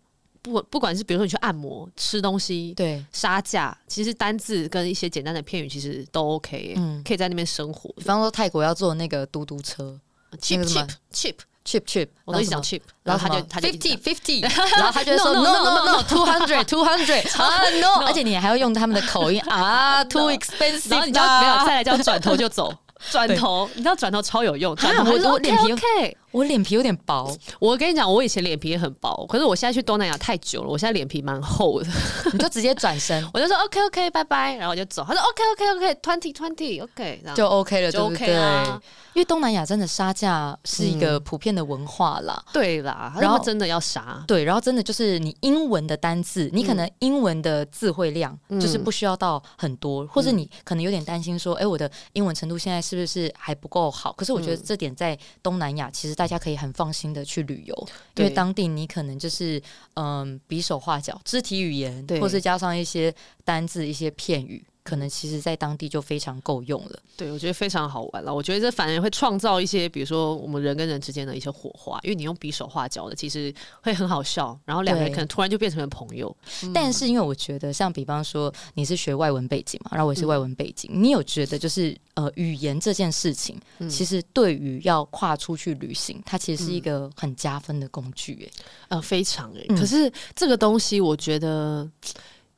[SPEAKER 3] 不不管是比如说你去按摩、吃东西、
[SPEAKER 1] 对，
[SPEAKER 3] 杀价，其实单字跟一些简单的片语其实都 OK，耶、
[SPEAKER 1] 嗯，
[SPEAKER 3] 可以在那边生活
[SPEAKER 1] 比
[SPEAKER 3] 的。
[SPEAKER 1] 方说泰国要坐那个嘟嘟车那
[SPEAKER 3] cheap
[SPEAKER 1] 个什么
[SPEAKER 3] cheap cheap，
[SPEAKER 1] ，cheap cheap，
[SPEAKER 3] 我都一直讲 cheap，
[SPEAKER 1] 然
[SPEAKER 3] 然
[SPEAKER 1] 后
[SPEAKER 3] 后
[SPEAKER 1] 什么，
[SPEAKER 3] 他就他就一直讲
[SPEAKER 1] fifty fifty，然后 他就会说
[SPEAKER 3] No,
[SPEAKER 1] no
[SPEAKER 3] no, no,
[SPEAKER 1] no
[SPEAKER 3] no,
[SPEAKER 1] no two hundred two hundred 啊 no，而且你还要用他们的口音啊 too expensive，
[SPEAKER 3] 然后你就啊
[SPEAKER 1] 啦
[SPEAKER 3] 没有再来叫转头就 走，转头你知道转头超有用，转头
[SPEAKER 1] 我
[SPEAKER 3] 就说
[SPEAKER 1] 我脸皮
[SPEAKER 3] OK，OK。
[SPEAKER 1] 我脸皮有点薄，
[SPEAKER 3] 我跟你讲，我以前脸皮也很薄，可是我现在去东南亚太久了，我现在脸皮蛮厚的。
[SPEAKER 1] 你就直接转身
[SPEAKER 3] 我就说 OK OK 拜拜，然后我就走。他说 OK OK OK twenty twenty OK，这样
[SPEAKER 1] 就 OK 了，
[SPEAKER 3] 就
[SPEAKER 1] 对不
[SPEAKER 3] OK
[SPEAKER 1] 对
[SPEAKER 3] 啦？嗯
[SPEAKER 1] 因为东南亚真的杀价是一个普遍的文化啦。
[SPEAKER 3] 对啦，
[SPEAKER 1] 然
[SPEAKER 3] 然
[SPEAKER 1] 后
[SPEAKER 3] 后真的要杀，
[SPEAKER 1] 对，然后真的就是你英文的单字，你可能英文的词汇量
[SPEAKER 3] 嗯
[SPEAKER 1] 就是不需要到很多，或者你可能有点担心说，哎，我的英文程度现在是不是还不够好？可是我觉得
[SPEAKER 3] 嗯
[SPEAKER 1] 这点在东南亚，其实大家可以很放心的去旅游，因
[SPEAKER 3] 对
[SPEAKER 1] 为当地你可能就是呃嗯比手画脚、肢体语言，
[SPEAKER 3] 对嗯
[SPEAKER 1] 或是加上一些单字、一些片语，可能其实在当地就非常够用了。
[SPEAKER 3] 对，我觉得非常好玩了。我觉得这反而会创造一些，比如说我们人跟人之间的一些火花，因为你用匕首画脚的，其实会很好笑，然后两个人
[SPEAKER 1] 对
[SPEAKER 3] 可能突然就变成了朋友。
[SPEAKER 1] 但是因为我觉得，像比方说你是学外文背景嘛，然后
[SPEAKER 3] 嗯
[SPEAKER 1] 我也是外文背景，你有觉得就是呃语言这件事情，
[SPEAKER 3] 嗯
[SPEAKER 1] 其实对于要跨出去旅行，它其实是一个很加分的工具、欸。
[SPEAKER 3] 呃，非常诶、
[SPEAKER 1] 嗯
[SPEAKER 3] 可是这个东西，我觉得，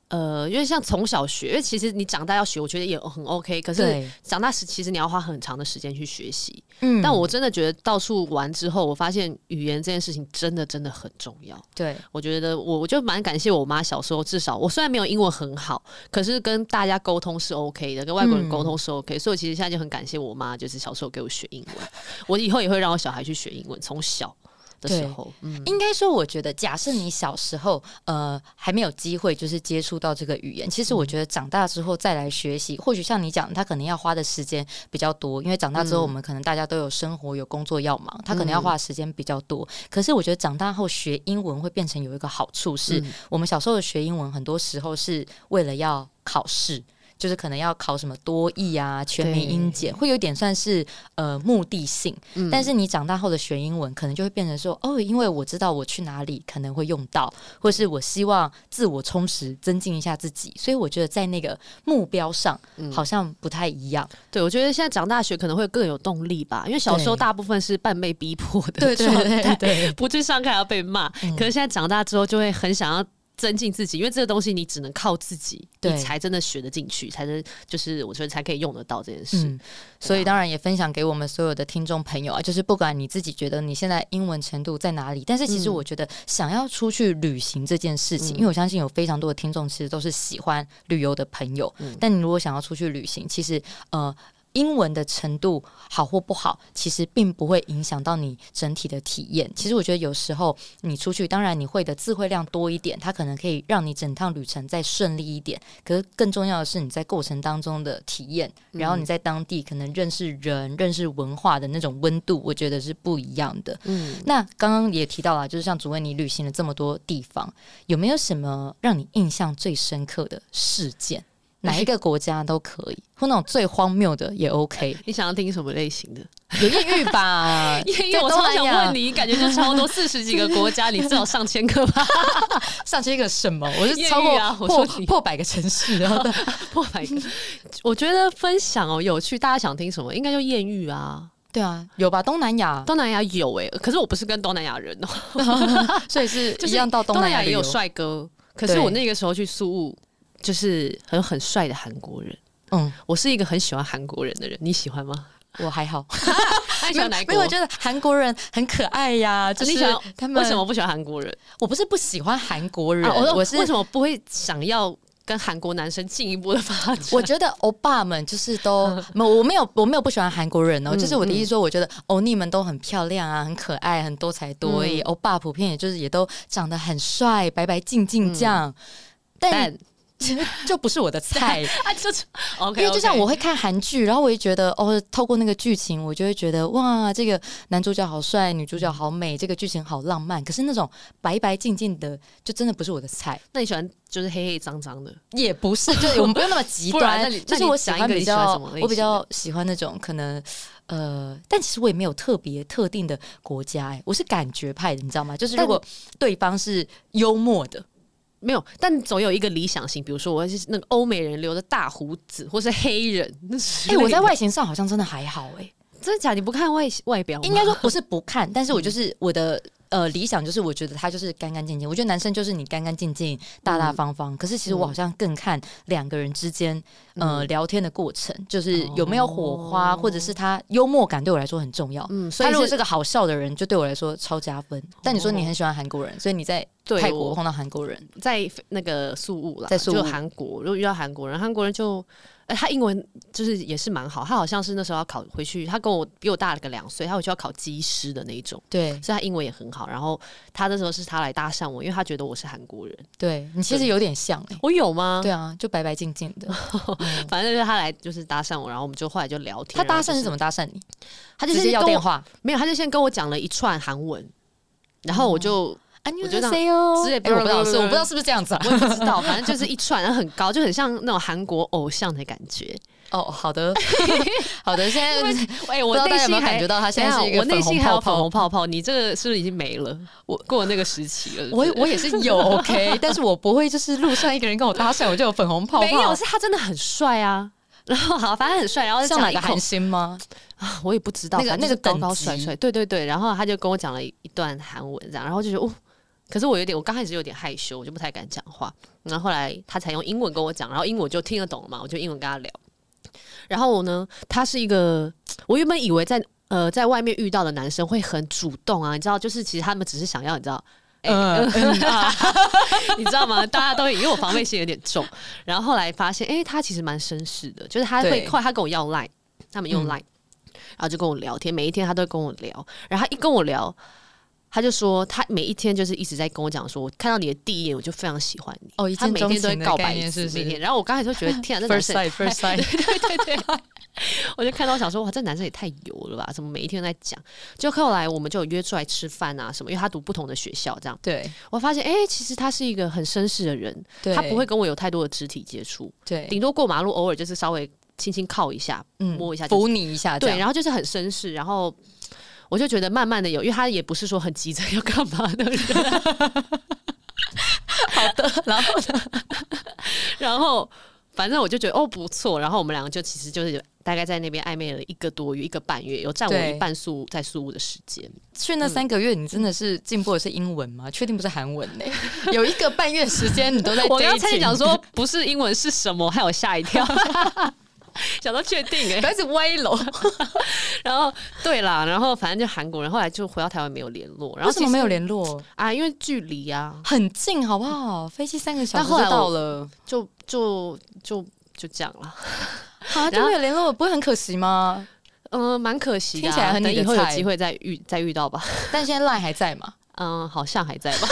[SPEAKER 3] 呃，因为像从小学，因为其实你长大要学，我觉得也很 OK。可是
[SPEAKER 1] 对，
[SPEAKER 3] 长大时，其实你要花很长的时间去学习。
[SPEAKER 1] 嗯
[SPEAKER 3] 但我真的觉得到处玩之后，我发现语言这件事情真的真的很重要。
[SPEAKER 1] 对
[SPEAKER 3] 我觉得我我就蛮感谢我妈小时候，至少我虽然没有英文很好，可是跟大家沟通是 OK 的，跟外国人沟
[SPEAKER 1] 嗯
[SPEAKER 3] 通是 OK，、所以我其实现在就很感谢我妈，就是小时候给我学英文，我以后也会让我小孩去学英文，从小的时
[SPEAKER 1] 对
[SPEAKER 3] 候，嗯，
[SPEAKER 1] 应该说，我觉得，假设你小时候呃还没有机会，就是接触到这个语言，其实我觉得长大之后再来学习，或许像你讲，他可能要花的时间比较多，因为长大之后我们可能大家都有生活、有工作要忙，他可
[SPEAKER 3] 嗯
[SPEAKER 1] 能要花的时间比较多。可是我觉得长大后学英文会变成有一个好处是，
[SPEAKER 3] 嗯
[SPEAKER 1] 我们小时候的学英文，很多时候是为了要考试。就是可能要考什么多译啊、全民英检，会有点算是呃目的性。但是你长大后的学英文，可能就会变成说，哦，因为我知道我去哪里可能会用到，或是我希望自我充实、增进一下自己，所以我觉得在那个目标上好像不太一样。
[SPEAKER 3] 对，我觉得现在长大学可能会更有动力吧，因为小时候
[SPEAKER 1] 对
[SPEAKER 3] 大部分是半被逼迫的状 态，
[SPEAKER 1] 对
[SPEAKER 3] 不去上课还要被骂，
[SPEAKER 1] 嗯
[SPEAKER 3] 可是现在长大之后就会很想要。增进自己，因为这个东西你只能靠自己，你
[SPEAKER 1] 对
[SPEAKER 3] 才真的学得进去，才能就是我觉得才可以用得到这件事。
[SPEAKER 1] 嗯，所以
[SPEAKER 3] 啊
[SPEAKER 1] 当然也分享给我们所有的听众朋友啊，就是不管你自己觉得你现在英文程度在哪里，但是其实
[SPEAKER 3] 嗯
[SPEAKER 1] 我觉得想要出去旅行这件事情，
[SPEAKER 3] 嗯
[SPEAKER 1] 因为我相信有非常多的听众其实都是喜欢旅游的朋友，
[SPEAKER 3] 嗯
[SPEAKER 1] 但你如果想要出去旅行，其实呃。英文的程度好或不好，其实并不会影响到你整体的体验。其实我觉得有时候你出去，当然你会的词汇量多一点，它可能可以让你整趟旅程再顺利一点。可是更重要的是你在过程当中的体验，
[SPEAKER 3] 嗯
[SPEAKER 1] 然后你在当地可能认识人、认识文化的那种温度，我觉得是不一样的。
[SPEAKER 3] 嗯，
[SPEAKER 1] 那刚刚也提到了，就是像主问你旅行了这么多地方，有没有什么让你印象最深刻的事 件？哪一个国家都可以，或那种最荒谬的也 OK，
[SPEAKER 3] 你想要听什么类型的？？
[SPEAKER 1] 有艳遇吧
[SPEAKER 3] 因为我
[SPEAKER 1] 在东
[SPEAKER 3] 超
[SPEAKER 1] 南
[SPEAKER 3] 想
[SPEAKER 1] 亚
[SPEAKER 3] 问你，感觉就超多四十几个国家，你至少上千个吧，
[SPEAKER 1] 上次一个什么？我是
[SPEAKER 3] 艳
[SPEAKER 1] 超
[SPEAKER 3] 遇
[SPEAKER 1] 过
[SPEAKER 3] 啊我
[SPEAKER 1] 破、
[SPEAKER 3] 说你
[SPEAKER 1] 破百个城市，啊 然后的
[SPEAKER 3] 破百个。我觉得分享哦有趣，大家想听什么？应该就艳遇啊，
[SPEAKER 1] 对啊，有吧？东南 亚，
[SPEAKER 3] 东南亚有哎、可是我不是跟东南亚人哦、
[SPEAKER 1] 所以是
[SPEAKER 3] 就
[SPEAKER 1] 一
[SPEAKER 3] 是
[SPEAKER 1] 样到
[SPEAKER 3] 东
[SPEAKER 1] 南
[SPEAKER 3] 亚
[SPEAKER 1] 旅
[SPEAKER 3] 也有
[SPEAKER 1] 游
[SPEAKER 3] 帅哥，可是
[SPEAKER 1] 对
[SPEAKER 3] 我那个时候去苏雾，就是很很帅的韩国人。
[SPEAKER 1] 嗯，
[SPEAKER 3] 我是一个很喜欢韩国人的人，你喜欢吗？
[SPEAKER 1] 我还好。
[SPEAKER 3] 那你喜欢哪一
[SPEAKER 1] 没
[SPEAKER 3] 国？啊
[SPEAKER 1] 有，我觉得韩国人很可爱呀、就
[SPEAKER 3] 你
[SPEAKER 1] 是
[SPEAKER 3] 喜欢
[SPEAKER 1] 他们
[SPEAKER 3] 为什么不喜欢韩国人？
[SPEAKER 1] 我不是不喜欢韩国人，
[SPEAKER 3] 啊我说
[SPEAKER 1] 我是
[SPEAKER 3] 为什么不会想要跟韩国男生进一步的发展？
[SPEAKER 1] 我觉得欧巴们就是都没有，我没有我没有不喜欢韩国人哦，
[SPEAKER 3] 嗯
[SPEAKER 1] 就是我的意思说，我觉得欧尼们都很漂亮啊，很可爱，很多才多
[SPEAKER 3] 嗯
[SPEAKER 1] 艺，欧、巴普遍也就是也都长得很帅，白白净净这样。但
[SPEAKER 3] 嗯但
[SPEAKER 1] 就不是我的菜，
[SPEAKER 3] 啊，就是 OK，
[SPEAKER 1] 因为就像我会看韩剧，然后我也觉得哦，透过那个剧情，我就会觉得哇，这个男主角好帅，女
[SPEAKER 3] 嗯
[SPEAKER 1] 主角好美，这个剧情好浪漫。可是那种白白净净的，就真的不是我的菜。
[SPEAKER 3] 那你喜欢就是黑黑脏脏的，
[SPEAKER 1] 也不是，就是我们不用那么极
[SPEAKER 3] 不然那
[SPEAKER 1] 端
[SPEAKER 3] 你。
[SPEAKER 1] 就是
[SPEAKER 3] 那你
[SPEAKER 1] 我喜
[SPEAKER 3] 讲
[SPEAKER 1] 欢
[SPEAKER 3] 一个
[SPEAKER 1] 比
[SPEAKER 3] 你喜欢
[SPEAKER 1] 较
[SPEAKER 3] 什么类，型的
[SPEAKER 1] 我比较喜欢那种可能，呃，但其实我也没有特别特定的国家、欸，我是感觉派的，你知道吗？就是
[SPEAKER 3] 但
[SPEAKER 1] 如果对方是幽默的，
[SPEAKER 3] 没有，但总有一个理想型，比如说我是那个欧美人留的大胡子，或是黑人。
[SPEAKER 1] 哎、我在外形上好像真的还好、欸，
[SPEAKER 3] 真的假？你不看外外表吗？
[SPEAKER 1] 应该说不是不看，但是我就是我的。呃，理想就是我觉得他就是干干净净，我觉得男生就是你干干净净、大大方方。可是其实我好像更看两个人之间呃聊天的过程，就是有没有火花，
[SPEAKER 3] 哦
[SPEAKER 1] 或者是他幽默感对我来说很重 要。
[SPEAKER 3] 嗯，所
[SPEAKER 1] 他
[SPEAKER 3] 以
[SPEAKER 1] 如果是哦
[SPEAKER 3] 是
[SPEAKER 1] 个好笑的人，就对我来说超加分。但你说你很喜欢韩国人，所以你在
[SPEAKER 3] 对
[SPEAKER 1] 泰国
[SPEAKER 3] 我
[SPEAKER 1] 碰到韩国人，
[SPEAKER 3] 在那个宿务啦，
[SPEAKER 1] 在宿务
[SPEAKER 3] 就韩国，如果遇到韩国人，韩国人就。哎、他英文就是也是蛮好，他好像是那时候要考回去，他跟我比我大了个两岁，他回去要考技师的那一种，
[SPEAKER 1] 对
[SPEAKER 3] 所以他英文也很好。然后他那时候是他来搭讪我，因为他觉得我是韩国人，
[SPEAKER 1] 对，你其实有点像欸
[SPEAKER 3] 我有吗？
[SPEAKER 1] 对啊，就白白净净的。嗯
[SPEAKER 3] 反正就是他来就是搭讪我，然后我们就后来就聊天。
[SPEAKER 1] 他搭讪
[SPEAKER 3] 然后就是
[SPEAKER 1] 怎么搭讪你？
[SPEAKER 3] 他就
[SPEAKER 1] 直
[SPEAKER 3] 是
[SPEAKER 1] 接要
[SPEAKER 3] 跟我
[SPEAKER 1] 电话
[SPEAKER 3] 没有，他就先跟我讲了一串韩文，然后我就、
[SPEAKER 1] 安
[SPEAKER 3] 我觉得
[SPEAKER 1] 谁哦
[SPEAKER 3] 之类
[SPEAKER 1] 哎我不知道是，我不知道是不是这样子啊？
[SPEAKER 3] 我也不知道， 反正就是一串，然后很高，就很像那种韩国偶像的感 觉。
[SPEAKER 1] 哦，好的，好的，现在
[SPEAKER 3] 哎、
[SPEAKER 1] 不
[SPEAKER 3] 我
[SPEAKER 1] 知道
[SPEAKER 3] 内
[SPEAKER 1] 大家有
[SPEAKER 3] 心
[SPEAKER 1] 没有
[SPEAKER 3] 还
[SPEAKER 1] 感觉到 它现在
[SPEAKER 3] 等
[SPEAKER 1] 是
[SPEAKER 3] 下
[SPEAKER 1] 一个
[SPEAKER 3] 我内
[SPEAKER 1] 粉红
[SPEAKER 3] 心还有
[SPEAKER 1] 泡
[SPEAKER 3] 粉
[SPEAKER 1] 泡
[SPEAKER 3] 红。泡泡，你这个是不是已经没了？我过了那个时期了
[SPEAKER 1] 我
[SPEAKER 3] 是不是
[SPEAKER 1] 我也是 有 OK，但是我不会就是路上一个人跟我搭讪，我就有粉红泡泡。
[SPEAKER 3] 没有，是他真的很帅啊。然后好，反正很帅，然后就
[SPEAKER 1] 像
[SPEAKER 3] 讲
[SPEAKER 1] 哪
[SPEAKER 3] 了一
[SPEAKER 1] 个
[SPEAKER 3] 口
[SPEAKER 1] 韩星吗？
[SPEAKER 3] 啊我也不知道，
[SPEAKER 1] 那个
[SPEAKER 3] 反正
[SPEAKER 1] 那
[SPEAKER 3] 就是
[SPEAKER 1] 个
[SPEAKER 3] 高高
[SPEAKER 1] 等级
[SPEAKER 3] 帅帅，对对对。然后他就跟我讲了一一段韩文，这样，然后就觉得哦，可是我有点，我刚开始有点害羞，我就不太敢讲话。然后后来他才用英文跟我讲，然后英文我就听得懂了嘛，我就英文跟他聊。然后我呢，他是一个， 我原本以为在呃在外面遇到的男生会很主动啊，你知道，就是其实他们只是想要你知道。哎
[SPEAKER 1] 嗯
[SPEAKER 3] 你知道吗？大 家都因为我防备心有点重，然后后来发现，哎、他其实蛮绅士的，就是他会
[SPEAKER 1] 对
[SPEAKER 3] 快，他跟我要 line，他们
[SPEAKER 1] 嗯
[SPEAKER 3] 用 line，、然后就跟我聊天，每一天他都会跟我聊，然后他一跟我聊，他就说他每一天就是一直在跟我讲说，我看到你的第一眼我就非常喜欢你，
[SPEAKER 1] 哦，一
[SPEAKER 3] 他
[SPEAKER 1] 见
[SPEAKER 3] 每
[SPEAKER 1] 钟
[SPEAKER 3] 天都会
[SPEAKER 1] 情的
[SPEAKER 3] 告
[SPEAKER 1] 概
[SPEAKER 3] 白一
[SPEAKER 1] 念
[SPEAKER 3] 次，
[SPEAKER 1] 是不是
[SPEAKER 3] 每天，然后我刚才就觉得天啊，这男
[SPEAKER 1] ？First
[SPEAKER 3] 生
[SPEAKER 1] sight，First sight，
[SPEAKER 3] 对对对，我就看到想说哇，这男生也太油了吧，怎么每一天都在讲？就后来我们就有约出来吃饭啊什么，因为他读不同的学校这样，
[SPEAKER 1] 对
[SPEAKER 3] 我发现哎、其实他是一个很绅士的人，
[SPEAKER 1] 对，
[SPEAKER 3] 他不会跟我有太多的肢体接触，
[SPEAKER 1] 对，
[SPEAKER 3] 顶多过马路偶尔就是稍微轻轻靠一下，
[SPEAKER 1] 嗯
[SPEAKER 3] 摸一下就
[SPEAKER 1] 扶你一下，这
[SPEAKER 3] 对，
[SPEAKER 1] 样。
[SPEAKER 3] 然后就是很绅士，然后我就觉得慢慢的有，因为他也不是说很急着要干嘛的人，
[SPEAKER 1] 好的，然后
[SPEAKER 3] 然后反正我就觉得哦不错，然后我们两个就其实就是有大概在那边暧昧了一个多月，一个半月，有占我
[SPEAKER 1] 对
[SPEAKER 3] 一半宿在宿务的时间。
[SPEAKER 1] 去那三个月，你真的是进步的是英文吗？确定不是韩文呢？有一个半月时间，你 都在
[SPEAKER 3] 我刚
[SPEAKER 1] dating
[SPEAKER 3] 刚差点讲，说不是英文是什么，害我吓一跳。 想到确定 哎、
[SPEAKER 1] 开始歪楼，
[SPEAKER 3] 然后对啦，然后反正就韩国人，后来就回到台湾没有联络，然后
[SPEAKER 1] 为什么没有
[SPEAKER 3] 联
[SPEAKER 1] 联络？
[SPEAKER 3] 啊？因为距离啊，
[SPEAKER 1] 很近，好不好？飞机三个小时
[SPEAKER 3] 但后
[SPEAKER 1] 就
[SPEAKER 3] 来我
[SPEAKER 1] 到了，
[SPEAKER 3] 就就就就这样了。
[SPEAKER 1] 啊，就没有联络，不会很可惜吗？
[SPEAKER 3] 嗯，蛮可惜的啊、
[SPEAKER 1] 听起来很
[SPEAKER 3] 等
[SPEAKER 1] 你的
[SPEAKER 3] 以后有
[SPEAKER 1] 菜
[SPEAKER 3] 机会再遇再遇到吧。
[SPEAKER 1] 但现在 LINE 还在嘛？
[SPEAKER 3] 嗯，好像还在吧。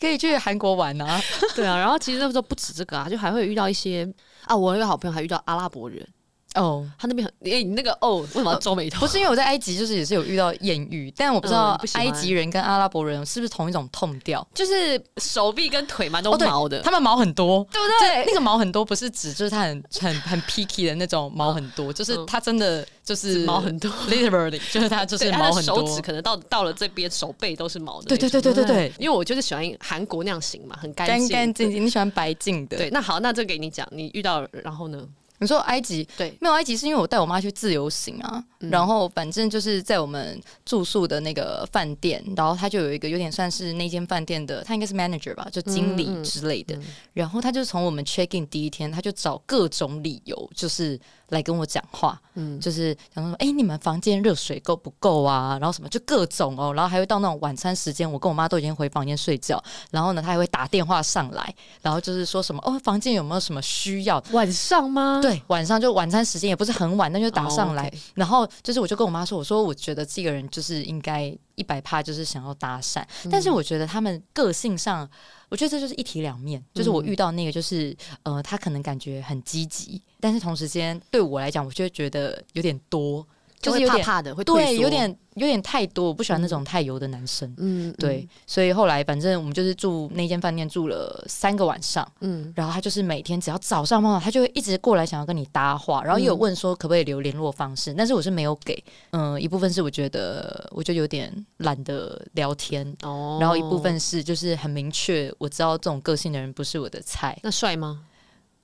[SPEAKER 1] 可以去韩国玩啊！
[SPEAKER 3] 对啊，然后其实那时候不止这个啊，就还会遇到一些啊，我有一个好朋友还遇到阿拉伯人，
[SPEAKER 1] 哦，
[SPEAKER 3] 他那边很哎、你那个哦，为什么要皱眉头
[SPEAKER 1] 不？是因为我在埃及，就是也是有遇到艳遇，但我不知
[SPEAKER 3] 嗯你
[SPEAKER 1] 道
[SPEAKER 3] 不喜欢
[SPEAKER 1] 埃及人跟阿拉伯人是不是同一种痛调，
[SPEAKER 3] 就是手臂跟腿蛮都
[SPEAKER 1] 哦对
[SPEAKER 3] 毛的，
[SPEAKER 1] 他们毛很多。
[SPEAKER 3] 对不对？
[SPEAKER 1] 那个毛很多，不是指就是他很很 很 picky 的那种毛很多，就是他真的就是
[SPEAKER 3] 哦毛很多
[SPEAKER 1] literally 就是他就是
[SPEAKER 3] 对
[SPEAKER 1] 毛
[SPEAKER 3] 他的
[SPEAKER 1] 很
[SPEAKER 3] 手指
[SPEAKER 1] 多。
[SPEAKER 3] 可能到到了这边，手背都是毛的那
[SPEAKER 1] 对
[SPEAKER 3] 种。
[SPEAKER 1] 对对对对对，
[SPEAKER 3] 因为我就是喜欢韩国那样型嘛，很干
[SPEAKER 1] 干
[SPEAKER 3] 净
[SPEAKER 1] 干净。净，你喜欢白净的。
[SPEAKER 3] 对，那好，那这给你讲，你遇到然后呢？
[SPEAKER 1] 你说埃及
[SPEAKER 3] 对，嗯
[SPEAKER 1] 没有埃及是因为我带我妈去自由行啊，然后反正就是在我们住宿的那个饭店，然后他就有一个有点算是那间饭店的，他应该是 manager 吧，就经理
[SPEAKER 3] 嗯嗯
[SPEAKER 1] 之类的。然后他就从我们 check in 第一天，他就找各种理由，就是来跟我讲话，
[SPEAKER 3] 嗯
[SPEAKER 1] 就是想说，哎、你们房间热水够不够啊？然后什么就各种哦，然后还会到那种晚餐时间，我跟我妈都已经回房间睡觉，然后呢，他还会打电话上来，然后就是说什么哦，房间有没有什么需要？
[SPEAKER 3] 晚上吗？
[SPEAKER 1] 对，晚上就晚餐时间也不是很晚，但就打上来。
[SPEAKER 3] 哦，OK
[SPEAKER 1] 然后就是，我就跟我妈说，我说我觉得这个人就是应该一百趴，就是想要搭讪。
[SPEAKER 3] 嗯
[SPEAKER 1] 但是我觉得他们个性上，我觉得这就是一体两面。就是
[SPEAKER 3] 嗯
[SPEAKER 1] 我遇到那个，就是呃，他可能感觉很积极，但是同时间对我来讲，我就会觉得有点多，就
[SPEAKER 3] 就是是
[SPEAKER 1] 有
[SPEAKER 3] 怕
[SPEAKER 1] 点
[SPEAKER 3] 怕的，会退
[SPEAKER 1] 对，
[SPEAKER 3] 缩嗯
[SPEAKER 1] 有点嗯有点太多，我不喜欢那种太油的男生。对，所以后来反正我们就是住那间饭店住了三个晚上，
[SPEAKER 3] 嗯
[SPEAKER 1] 嗯，然后他就是每天只要早上嘛，他就会一直过来想要跟你搭话，然后也有问说可不可以留联络方式，但是我是没有给，嗯、一部分是我觉得我就有点懒得聊天，
[SPEAKER 3] 哦
[SPEAKER 1] 然后一部分是就是很明确我知道这种个性的人不是我的菜，
[SPEAKER 3] 那帅吗？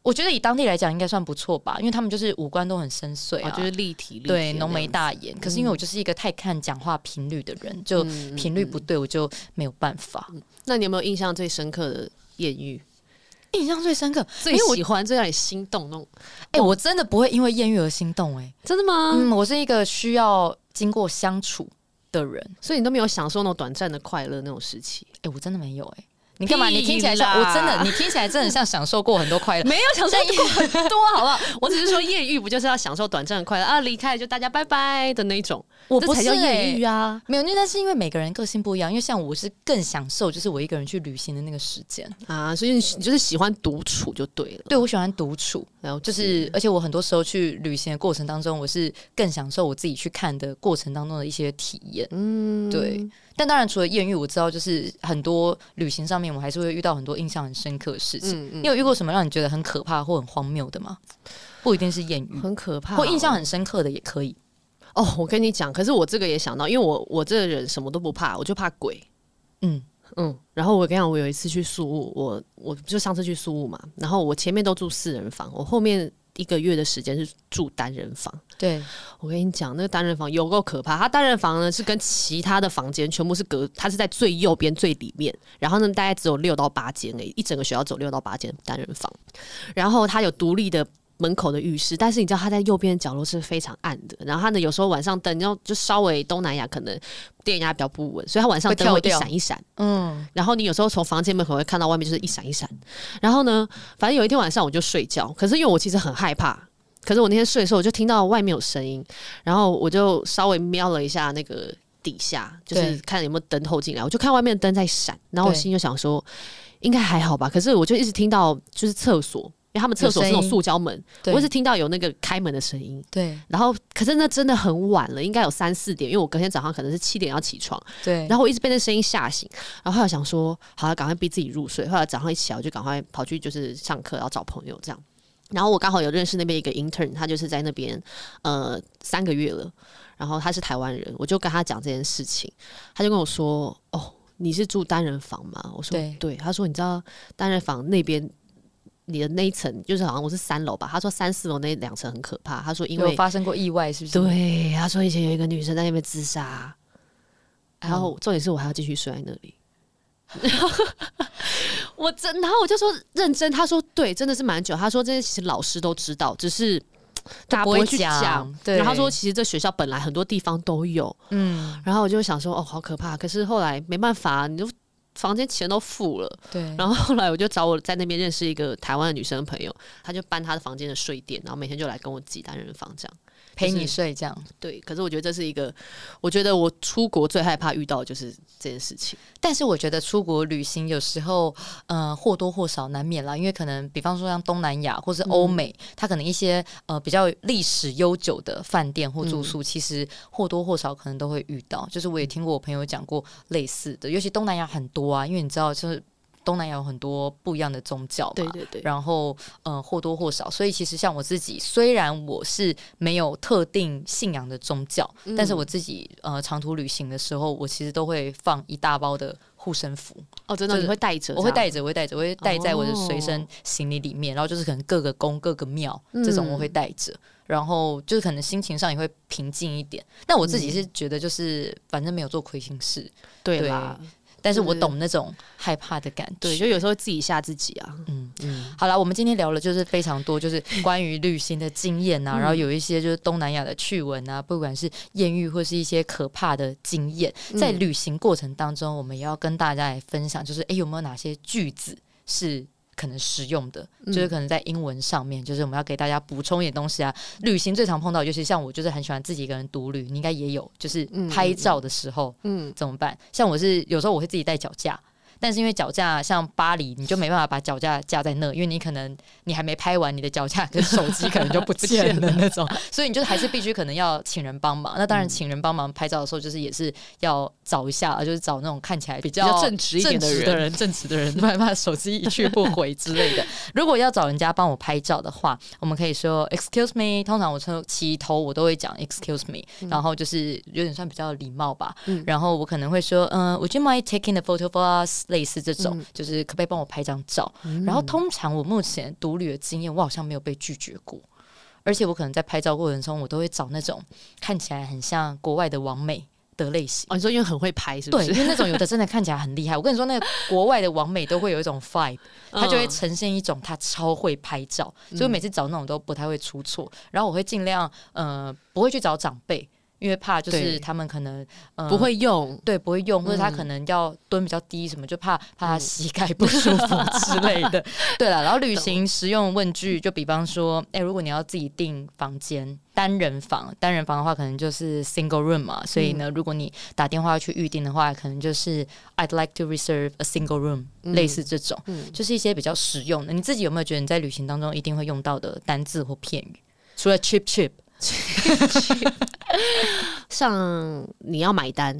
[SPEAKER 1] 我觉得以当地来讲应该算不错吧，因为他们就是五官都很深邃
[SPEAKER 3] 哦
[SPEAKER 1] 啊，
[SPEAKER 3] 就是立体，立体的那嗯
[SPEAKER 1] 对
[SPEAKER 3] 样
[SPEAKER 1] 浓眉
[SPEAKER 3] 子，
[SPEAKER 1] 大眼，可是因为我就是一个太看讲话频率的人，就
[SPEAKER 3] 嗯嗯嗯
[SPEAKER 1] 频率不对我就没有办法。
[SPEAKER 3] 那你有没有印象最深刻的艳遇？
[SPEAKER 1] 印象最深刻，
[SPEAKER 3] 最
[SPEAKER 1] 因为我
[SPEAKER 3] 喜欢、最让你心动那种？
[SPEAKER 1] 哎、
[SPEAKER 3] 哦
[SPEAKER 1] 我真的不会因为艳遇而心动、哎，
[SPEAKER 3] 真的吗？
[SPEAKER 1] 嗯，我是一个需要经过相处的人，
[SPEAKER 3] 所以你都没有享受那种短暂的快乐那种时期？
[SPEAKER 1] 哎、我真的没有、哎，你干嘛？
[SPEAKER 3] 屁啦
[SPEAKER 1] 你听起来像我真的，你听起来真的像享受过很多快乐。
[SPEAKER 3] 没有享受过很多，好 不好？我只是说艳遇不就是要享受短暂的快乐啊，离开了就大家拜拜的那一种，
[SPEAKER 1] 我
[SPEAKER 3] 这
[SPEAKER 1] 不
[SPEAKER 3] 才
[SPEAKER 1] 是
[SPEAKER 3] 叫
[SPEAKER 1] 欸
[SPEAKER 3] 艳遇啊！
[SPEAKER 1] 没有，那但是因为每个人个性不一样，因为像我是更享受就是我一个人去旅行的那个时间。
[SPEAKER 3] 啊，所以你你就是喜欢独处就对了，
[SPEAKER 1] 对我喜欢独处，
[SPEAKER 3] 然后就
[SPEAKER 1] 就是是，而且我很多时候去旅行的过程当中，我是更享受我自己去看的过程当中的一些体验。
[SPEAKER 3] 嗯，
[SPEAKER 1] 对，但当然除了艳遇，我知道就是很多旅行上面，我还是会遇到很多印象很深刻的事情。
[SPEAKER 3] 嗯
[SPEAKER 1] 你有遇过什么让你觉得很可怕或很荒谬的吗？不一定是艳遇
[SPEAKER 3] 嗯，，很可怕哦、
[SPEAKER 1] 或印象很深刻的也可以。
[SPEAKER 3] 哦，我跟你讲，可是我这个也想到，因为我我这个人什么都不怕，我就怕鬼。
[SPEAKER 1] 嗯
[SPEAKER 3] 嗯，然后我跟你讲，我有一次去宿务，我我就上次去宿务嘛，然后我前面都住四人房，我后面一个月的时间是住单人房。
[SPEAKER 1] 对，
[SPEAKER 3] 我跟你讲，那个单人房有够可怕。它单人房呢是跟其他的房间全部是隔，它是在最右边最里面，然后呢大概只有六到八间诶，一整个学校只有六到八间单人房，然后它有独立的。门口的浴室，但是你知道它在右边的角落是非常暗的，然后它呢有时候晚上灯，然后就稍微东南亚可能电压比较不稳，所以它晚上灯会
[SPEAKER 1] 会
[SPEAKER 3] 一
[SPEAKER 1] 跳掉
[SPEAKER 3] 闪一闪，
[SPEAKER 1] 嗯，
[SPEAKER 3] 然后你有时候从房间门口会看到外面就是一闪一闪。然后呢，反正有一天晚上我就睡觉，可是因为我其实很害怕，可是我那天睡的时候我就听到外面有声音，然后我就稍微瞄了一下那个底下，就是
[SPEAKER 1] 对
[SPEAKER 3] 看有没有灯透进来，我就看外面的灯在闪，然后我
[SPEAKER 1] 对
[SPEAKER 3] 心就想说应该还好吧，可是我就一直听到就是厕所，因为他们厕所是那
[SPEAKER 1] 有
[SPEAKER 3] 种
[SPEAKER 1] 声音
[SPEAKER 3] 塑胶门，
[SPEAKER 1] 对
[SPEAKER 3] 我一直听到有那个开门的声音。
[SPEAKER 1] 对
[SPEAKER 3] 然后，可是那真的很晚了，应该有三四点，因为我隔天早上可能是七点要起床，
[SPEAKER 1] 对，
[SPEAKER 3] 然后我一直被那声音吓醒，然后后来想说，好啊了，赶快逼自己入睡。后来早上一起来，我就赶快跑去就是上课，然后找朋友这样。然后我刚好有认识那边一个 intern，他就是在那边呃三个月了，然后他是台湾人，我就跟他讲这件事情，他就跟我说：“哦，你是住单人房吗？”我说：“
[SPEAKER 1] 对
[SPEAKER 3] 对他说：“你知道单人房那边你的那一层，就是好像我是三楼吧？”他说：“三四楼那两层很可怕。”他说：“因
[SPEAKER 1] 有
[SPEAKER 3] 为
[SPEAKER 1] 发生过意外，是不是？，
[SPEAKER 3] 对，他说以前有一个女生在那边自杀，然
[SPEAKER 1] 嗯
[SPEAKER 3] 后重点是我还要继续睡在那里。 我真，然后我就说认真，他说对，真的是蛮久。他说这些其实老师都知道，只是大家
[SPEAKER 1] 不
[SPEAKER 3] 不
[SPEAKER 1] 会
[SPEAKER 3] 会去
[SPEAKER 1] 讲
[SPEAKER 3] 讲。
[SPEAKER 1] 对
[SPEAKER 3] 然后他说其实这学校本来很多地方都有，
[SPEAKER 1] 嗯，
[SPEAKER 3] 然后我就想说哦，好可怕。可是后来没办法，你就房间钱都付了，
[SPEAKER 1] 对，
[SPEAKER 3] 然后后来我就找我在那边认识一个台湾的女生朋友，她就搬她的房间的睡垫，然后每天就来跟我挤单人房这样。
[SPEAKER 1] 陪
[SPEAKER 3] 就是
[SPEAKER 1] 你睡这样。
[SPEAKER 3] 对，可是我觉得这是一个，我觉得我出国最害怕遇到的就是这件事情。
[SPEAKER 1] 但是我觉得出国旅行有时候，呃，或多或少难免啦，因为可能比方说像东南亚或是
[SPEAKER 3] 嗯
[SPEAKER 1] 欧美，它可能一些呃比较历史悠久的饭店或住
[SPEAKER 3] 嗯
[SPEAKER 1] 宿，其实或多或少可能都会遇到。就是我也听过我朋友讲过类似的，尤其东南亚很多啊，因为你知道，就是东南亚有很多不一样的宗教嘛，
[SPEAKER 3] 对对，
[SPEAKER 1] 然后呃或多或少，所以其实像我自己，虽然我是没有特定信仰的宗教，
[SPEAKER 3] 嗯
[SPEAKER 1] 但是我自己呃长途旅行的时候，我其实都会放一大包的护身符，
[SPEAKER 3] 哦，真
[SPEAKER 1] 就
[SPEAKER 3] 的
[SPEAKER 1] 是
[SPEAKER 3] 你会带着这样，
[SPEAKER 1] 我会带着，我会带着，我会带在我的随身
[SPEAKER 3] 哦
[SPEAKER 1] 行李里面，然后就是可能各个宫、各个庙这种
[SPEAKER 3] 嗯
[SPEAKER 1] 我会带着。然后就是可能心情上也会平静一点，但我自
[SPEAKER 3] 嗯
[SPEAKER 1] 己是觉得就是反正没有做亏心事，
[SPEAKER 3] 对啦，
[SPEAKER 1] 但是我
[SPEAKER 3] 就是
[SPEAKER 1] 懂那种害怕的感觉。
[SPEAKER 3] 对，就有时候自己吓自己啊。
[SPEAKER 1] 嗯嗯，好啦，我们今天聊了就是非常多，就是关于旅行的经验啊，然
[SPEAKER 3] 嗯
[SPEAKER 1] 后有一些就是东南亚的趣闻啊，不管是艳遇或是一些可怕的经验，在
[SPEAKER 3] 嗯
[SPEAKER 1] 旅行过程当中，我们也要跟大家来分享，就是诶有没有哪些句子是。可能实用的，
[SPEAKER 3] 嗯
[SPEAKER 1] 就是可能在英文上面，就是我们要给大家补充一点东西啊。旅行最常碰到，尤其像我，就是很喜欢自己一个人独旅，你应该也有，就是
[SPEAKER 3] 嗯
[SPEAKER 1] 拍照的时候，
[SPEAKER 3] 嗯，
[SPEAKER 1] 怎么办？像我是有时候我会自己带脚架，但是因为脚架像巴黎，你就没办法把脚架架在那，因为你可能你还没拍完，你的脚架跟手机可能就 不见了嗯那种，所以你就还是必须可能要请人帮忙。那当然，请人帮忙拍照的时候，就是也是要找一下，啊就是找那种看起来比较
[SPEAKER 3] 比较正直一点的
[SPEAKER 1] 正
[SPEAKER 3] 人
[SPEAKER 1] 直的人，正直的 人，不然怕手机一去不回之类的。如果要找人家帮我拍照的话，我们可以说 “excuse me”。通常我从起头我都会讲 “excuse me”，然
[SPEAKER 3] 嗯
[SPEAKER 1] 后就是有点算比较礼貌吧。然后我可能会说，嗯、w o u l d you mind taking the photo for us？类似这
[SPEAKER 3] 嗯
[SPEAKER 1] 种，就是可不可以帮我拍张照？然后通常我目前独旅的经验，我好像没有被拒绝过。而且我可能在拍照过程中，我都会找那种看起来很像国外的王美的类型。
[SPEAKER 3] 哦，你说因为很会拍，是不
[SPEAKER 1] 对，
[SPEAKER 3] 是？
[SPEAKER 1] 因为那种有的真的看起来很厉害。我跟你说，那个国外的王美都会有一种 vibe，
[SPEAKER 3] 嗯
[SPEAKER 1] 她就会呈现一种她超会拍照，所以我每次找那种都不太会出错。然后我会尽量呃不会去找长辈，因为怕就是
[SPEAKER 3] 对
[SPEAKER 1] 他们可能、呃
[SPEAKER 3] 不会用，
[SPEAKER 1] 对不会用，或者他可能要蹲比较低什么，就怕怕他膝盖不舒 服之类的。对了，然后旅行实用问句，就比方说，哎、如果你要自己订房间。单人房，单人房的话可能就是 single room 嘛，所以呢，如果你打电话去预定的话，可能就是 I'd like to reserve a single room，、类似这种，就是一些比较实用的。你自己有没有觉得你在旅行当中一定会用到的单字或片语？除了 cheap cheap，
[SPEAKER 3] 像你要买单，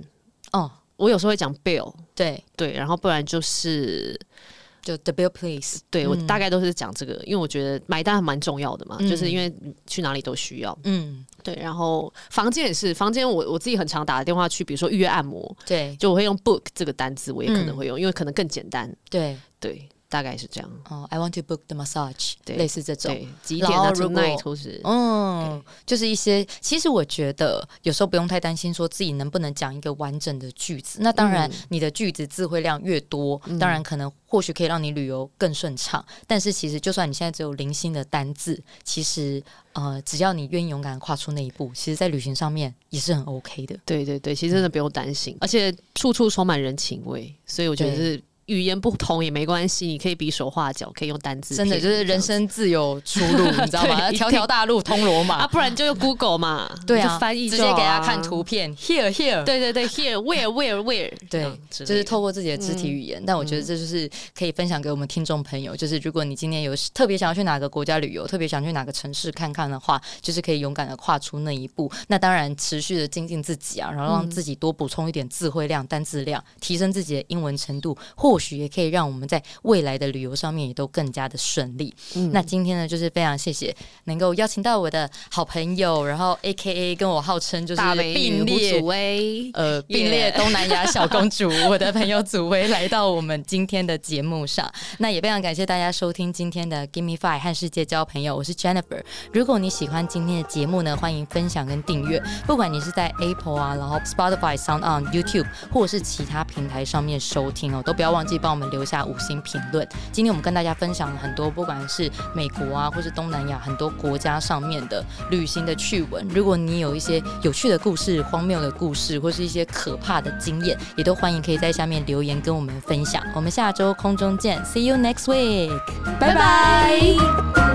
[SPEAKER 1] 哦，
[SPEAKER 3] 我有时候会讲 bill，
[SPEAKER 1] 对，
[SPEAKER 3] 对，然后不然就是
[SPEAKER 1] 就 the bill please，
[SPEAKER 3] 对我
[SPEAKER 1] 嗯
[SPEAKER 3] 大概都是讲这个，因为我觉得买单还蛮重要的嘛，
[SPEAKER 1] 嗯
[SPEAKER 3] 就是因为去哪里都需要。
[SPEAKER 1] 嗯，
[SPEAKER 3] 对，然后房间也是，房间我我自己很常打电话去，比如说预约按摩，
[SPEAKER 1] 对
[SPEAKER 3] 就我会用 book 这个单字，我也可能
[SPEAKER 1] 嗯
[SPEAKER 3] 会用，因为可能更简单。
[SPEAKER 1] 对，
[SPEAKER 3] 对，大概是这样。
[SPEAKER 1] 哦，I want to book the massage，
[SPEAKER 3] 对
[SPEAKER 1] 类似这种。
[SPEAKER 3] 对，几
[SPEAKER 1] 然
[SPEAKER 3] 点啊
[SPEAKER 1] 后如果
[SPEAKER 3] ？tonight 或是
[SPEAKER 1] 嗯，就是一些，其实我觉得有时候不用太担心，说自己能不能讲一个完整的句子。那当然，你的句子词汇量越多，当然可能或许可以让你旅游更顺畅。但是其实，就算你现在只有零星的单字，其实呃，只要你愿意勇敢跨出那一步，其实，在旅行上面也是很 OK 的。
[SPEAKER 3] 对对对，其实真的不用担心，而且处处充满人情味，所以我觉得
[SPEAKER 1] 对
[SPEAKER 3] 是语言不同也没关系，你可以比手画脚，可以用单字片
[SPEAKER 1] 真
[SPEAKER 3] 语这
[SPEAKER 1] 的就
[SPEAKER 3] 样子，
[SPEAKER 1] 是人生自有出路，你知道 吗？
[SPEAKER 3] 对
[SPEAKER 1] 条条大路通罗马
[SPEAKER 3] 啊，。不然 就用 Google 嘛，
[SPEAKER 1] 对
[SPEAKER 3] 你
[SPEAKER 1] 啊，
[SPEAKER 3] 就翻译
[SPEAKER 1] 直
[SPEAKER 3] 就
[SPEAKER 1] 接
[SPEAKER 3] 好
[SPEAKER 1] 给大
[SPEAKER 3] 啊
[SPEAKER 1] 家看图，片，here here，
[SPEAKER 3] 对对对，here where where where，这
[SPEAKER 1] 对
[SPEAKER 3] 样，之
[SPEAKER 1] 就
[SPEAKER 3] 类
[SPEAKER 1] 是
[SPEAKER 3] 的嗯
[SPEAKER 1] 透过自己的肢体语言。但我觉得这就是可以分享给我们听众朋友，就是如果你今天有特别想要去哪个国家旅游，特别想去哪个城市看看的话，就是可以勇敢的跨出那一步。那当然，持续的精进自己啊，然后
[SPEAKER 3] 嗯
[SPEAKER 1] 让自己多补充一点词汇量、单字量，提升自己的英文程度，或许也可以让我们在未来的旅游上面也都更加的顺利。
[SPEAKER 3] 嗯
[SPEAKER 1] 那今天呢，就是非常谢谢能够邀请到我的好朋友，然后 A K A 跟我号称就是
[SPEAKER 3] 大美女
[SPEAKER 1] 并
[SPEAKER 3] 胡
[SPEAKER 1] 列
[SPEAKER 3] 祖威，
[SPEAKER 1] 呃，并列东南亚小公主， 我的朋友祖薇来到我们今天的节目上。那也非常感谢大家收听今天的 Give Me Five 和世界交朋友，我是 Jennifer。如果你喜欢今天的节目呢，欢迎分享跟订阅，不管你是在 Apple 啊，然后 Spotify、Sound On、YouTube 或是其他平台上面收听哦，都不要忘记帮我们留下五星评论。今天我们跟大家分享了很多，不管是美国啊，或是东南亚很多国家上面的旅行的趣闻。如果你有一些有趣的故事、荒谬的故事，或是一些可怕的经验，也都欢迎可以在下面留言跟我们分享。我们下周空中见，See you next week，拜拜。